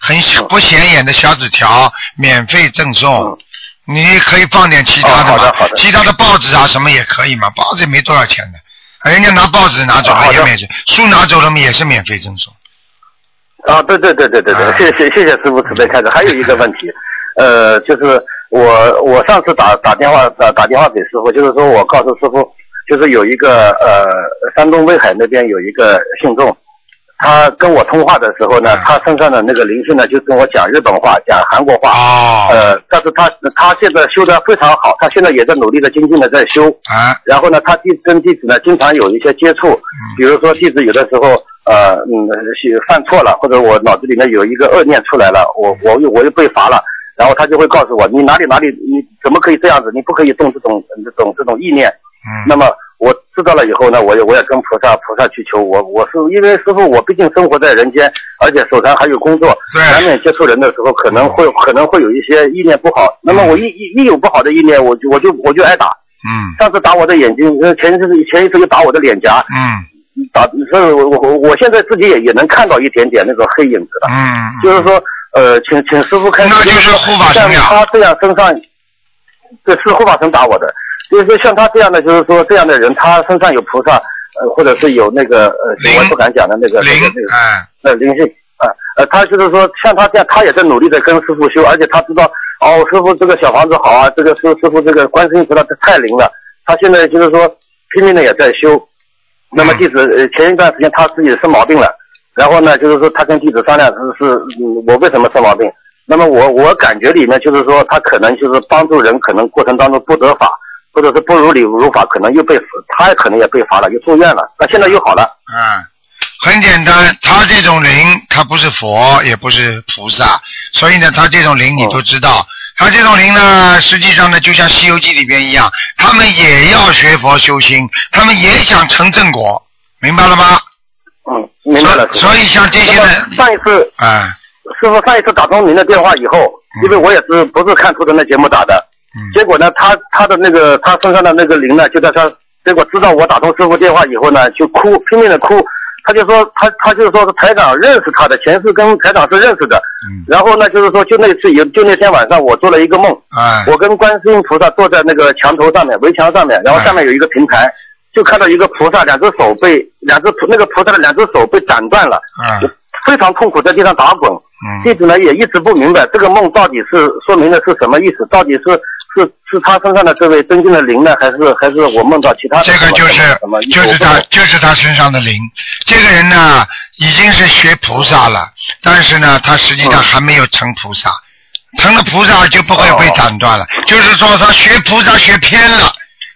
Speaker 2: 很小
Speaker 6: 嗯
Speaker 2: 不显眼的小纸条，免费赠送
Speaker 6: 嗯。
Speaker 2: 你可以放点其他
Speaker 6: 哦好
Speaker 2: 嘛
Speaker 6: 的好，的
Speaker 2: 其他的报纸啊什么也可以嘛，报纸也没多少钱的，人家拿报纸拿走
Speaker 6: 啊
Speaker 2: 了
Speaker 6: 好
Speaker 2: 也
Speaker 6: 的
Speaker 2: 免费，书拿走了嘛也是免费赠送。
Speaker 6: 啊，对对对对对对
Speaker 2: 啊，
Speaker 6: 谢谢谢谢师傅慈悲开示。还有一个问题，呃，就是我我上次打打电话打打电话给师傅，就是说我告诉师傅，就是有一个呃山东威海那边有一个信众，他跟我通话的时候呢
Speaker 2: 嗯，
Speaker 6: 他身上的那个灵性呢就跟我讲日本话，讲韩国话，
Speaker 2: 哦，
Speaker 6: 呃，但是他他现在修的非常好，他现在也在努力的精进的在修，
Speaker 2: 啊，嗯
Speaker 6: 然后呢，他弟跟弟子呢经常有一些接触，比如说弟子有的时候呃嗯是犯错了，或者我脑子里面有一个恶念出来了，我我又我又被罚了，然后他就会告诉我你哪里哪里你怎么可以这样子，你不可以动这种这种这种意念。
Speaker 2: 嗯
Speaker 6: 那么我知道了以后呢，我也我也跟菩萨菩萨去求，我我是因为师傅我毕竟生活在人间，而且手上还有工作，
Speaker 2: 对
Speaker 6: 难免接触人的时候可能会可能会有一些意念不好，那么我一一一有不好的意念，我就我就我就挨打。
Speaker 2: 嗯
Speaker 6: 上次打我的眼睛，呃前一次前一次又打我的脸颊，
Speaker 2: 嗯
Speaker 6: 打，啊所以我我我现在自己也也能看到一点点那种黑影子了。
Speaker 2: 嗯，
Speaker 6: 就是说，呃，请请师傅开始。
Speaker 2: 那就是护法神
Speaker 6: 像
Speaker 2: 呀
Speaker 6: 他这样身上，对，是护法神打我的。就是说像他这样的，就是说这样的人，他身上有菩萨，呃，或者是有那个呃，
Speaker 2: 灵
Speaker 6: 我也不敢讲的那个那
Speaker 2: 灵
Speaker 6: 个那个
Speaker 2: 哎，
Speaker 6: 呃灵性啊，呃，他就是说像他这样，他也在努力的跟师傅修，而且他知道哦，师傅这个小房子好啊，这个师师傅这个观世音菩萨太灵了，他现在就是说拼命的也在修。那么弟子呃前一段时间他自己生毛病了，然后呢就是说他跟弟子商量是是嗯我为什么生毛病？那么我我感觉里面就是说他可能就是帮助人，可能过程当中不得法，或者是不如理如法，可能又被他可能也被罚了，又住院了，那现在又好了。
Speaker 2: 啊，很简单，他这种灵，他不是佛，也不是菩萨，所以呢，他这种灵你都知
Speaker 6: 哦
Speaker 2: 道。他这种灵呢，实际上呢，就像《西游记》里边一样，他们也要学佛修心，他们也想成正果，明白了吗？
Speaker 6: 嗯，明白了。
Speaker 2: 所所以像这些
Speaker 6: 那么
Speaker 2: 人，
Speaker 6: 上一次
Speaker 2: 啊，
Speaker 6: 师傅上一次打通您的电话以后，因为我也是不是看图腾的节目打的，
Speaker 2: 嗯，
Speaker 6: 结果呢，他他的那个他身上的那个灵呢，就在他结果知道我打通师傅电话以后呢，就哭，拼命的哭。他就说他他就说是台长认识他的，前世跟台长是认识的。
Speaker 2: 嗯
Speaker 6: 然后呢，就是说就那次有就那天晚上我做了一个梦，
Speaker 2: 啊，
Speaker 6: 我跟观世音菩萨坐在那个墙头上面，围墙上面，然后下面有一个平台，就看到一个菩萨两只手被两只那个菩萨的两只手被斩断了。
Speaker 2: 啊，
Speaker 6: 非常痛苦，在地上打滚。
Speaker 2: 嗯
Speaker 6: 弟子呢也一直不明白这个梦到底是说明的是什么意思，到底是是是他身上的这位尊敬的灵呢，还是还是我梦到其他的什
Speaker 2: 这
Speaker 6: 么？
Speaker 2: 个就是
Speaker 6: 什么意思
Speaker 2: 就是
Speaker 6: 我
Speaker 2: 他
Speaker 6: 不懂
Speaker 2: 就是他身上的灵。这个人呢，已经是学菩萨了，但是呢，他实际
Speaker 6: 嗯
Speaker 2: 上还没有成菩萨。成了菩萨就不会
Speaker 6: 哦
Speaker 2: 被斩断了，就是说他学菩萨学偏了，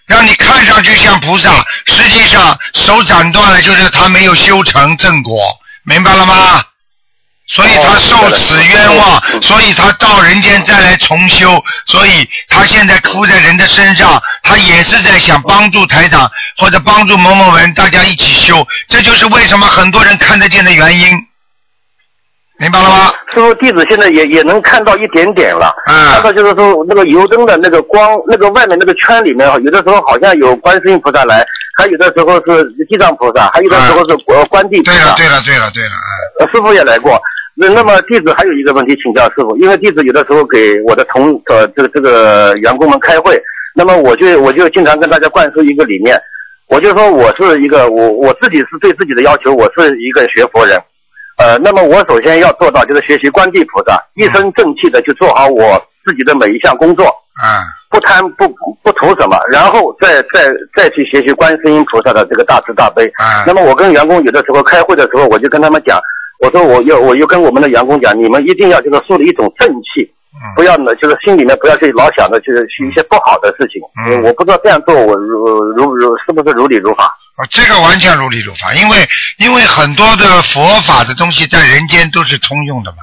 Speaker 2: 让你看上去像菩萨，实际上手斩断了，就是他没有修成正果，明白了吗？所以他受此冤枉，所以他到人间再来重修，所以他现在哭在人的身上，他也是在想帮助台长或者帮助某某人，大家一起修，这就是为什么很多人看得见的原因，明白了吗？
Speaker 6: 师傅，弟子现在也也能看到一点点了，
Speaker 2: 嗯
Speaker 6: 看到就是说那个油灯的那个光，那个外面那个圈里面，啊有的时候好像有观世音菩萨来，还有的时候是地藏菩萨，还有的时候是国观地菩
Speaker 2: 啊对啊
Speaker 6: 萨
Speaker 2: 了，。对了，对了，对了，嗯
Speaker 6: 呃师傅也来过。那那么弟子还有一个问题请教师傅，因为弟子有的时候给我的同呃这个这个员工们开会，那么我就我就经常跟大家灌输一个理念，我就说我是一个我我自己是对自己的要求，我是一个学佛人，呃，那么我首先要做到就是学习观地菩萨，一身正气的去做好我自己的每一项工作，
Speaker 2: 嗯
Speaker 6: 不贪不不图什么，然后再再再去学习观世音菩萨的这个大慈大悲。
Speaker 2: 嗯
Speaker 6: 那么我跟员工有的时候开会的时候，我就跟他们讲，我说我又我又跟我们的员工讲，你们一定要就是树立一种正气，
Speaker 2: 嗯
Speaker 6: 不要呢就是心里面不要去老想着就是一些不好的事情。
Speaker 2: 嗯
Speaker 6: 我不知道这样做我如如如是不是如理如法？
Speaker 2: 哦，这个完全如理如法，因为因为很多的佛法的东西在人间都是通用的嘛，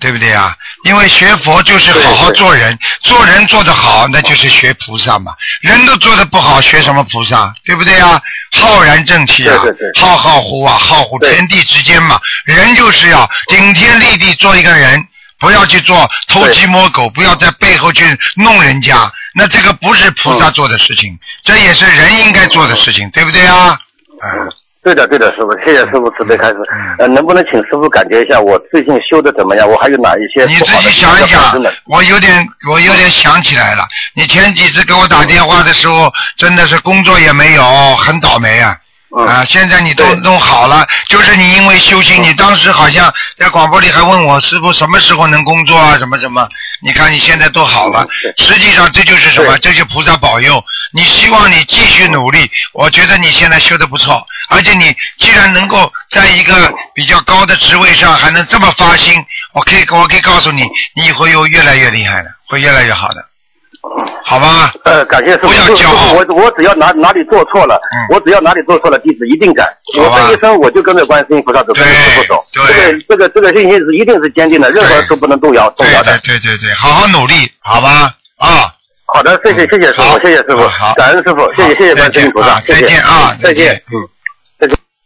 Speaker 2: 对不对啊？因为学佛就是好好做人，做人做得好，那就是学菩萨嘛。人都做得不好，学什么菩萨？对不对啊？浩然正气啊，
Speaker 6: 对对对
Speaker 2: 浩浩乎啊，浩乎
Speaker 6: 对
Speaker 2: 天地之间嘛。人就是要顶天立地做一个人，不要去做偷鸡摸狗，不要在背后去弄人家。那这个不是菩
Speaker 6: 嗯
Speaker 2: 萨做的事情，这也是人应该做的事情，对不对啊？嗯，
Speaker 6: 对的，对的，师傅，谢谢师傅慈悲开示。呃，能不能请师傅感觉一下我最近修的怎么样？我还有哪一些
Speaker 2: 你
Speaker 6: 不
Speaker 2: 自
Speaker 6: 好的
Speaker 2: 己
Speaker 6: 地方
Speaker 2: 想一
Speaker 6: 要改
Speaker 2: 想
Speaker 6: 正的？，
Speaker 2: 我有点，我有点想起来了。你前几次给我打电话的时候，真的是工作也没有，很倒霉啊。
Speaker 6: 嗯
Speaker 2: 啊，现在你都
Speaker 6: 对嗯
Speaker 2: 弄好了，就是你因为修行，你当时好像在广播里还问我师傅什么时候能工作啊，什么什么。你看你现在都好
Speaker 6: 嗯
Speaker 2: 了，实际上这就是什么？这就菩萨保佑。你希望你继续努力，我觉得你现在修的不错，而且你既然能够在一个比较高的职位上还能这么发心，我可以我可以告诉你，你以后又越来越厉害了，会越来越好的，好吧？
Speaker 6: 呃，感谢师傅。
Speaker 2: 不要
Speaker 6: 师傅
Speaker 2: 骄傲
Speaker 6: 我我只要哪哪里做错了，
Speaker 2: 嗯
Speaker 6: 我只要哪里做错了，弟子一定改。
Speaker 2: 好
Speaker 6: 我
Speaker 2: 吧
Speaker 6: 这一生我就跟着观世音菩萨走，跟着师傅走。
Speaker 2: 对
Speaker 6: 这个这个这个信心是一定是坚定的，任何人都不能动摇动
Speaker 2: 对
Speaker 6: 摇
Speaker 2: 对
Speaker 6: 的。
Speaker 2: 对对对，好好努力，好吧？啊，
Speaker 6: 好的，谢谢谢谢师
Speaker 2: 好
Speaker 6: 傅，谢谢师傅
Speaker 2: 好，
Speaker 6: 感恩师傅，谢谢谢谢
Speaker 2: 再
Speaker 6: 观世
Speaker 2: 见
Speaker 6: 音菩萨
Speaker 2: 啊，，
Speaker 6: 谢
Speaker 2: 再
Speaker 6: 谢
Speaker 2: 见啊，
Speaker 6: 再见。
Speaker 2: 嗯。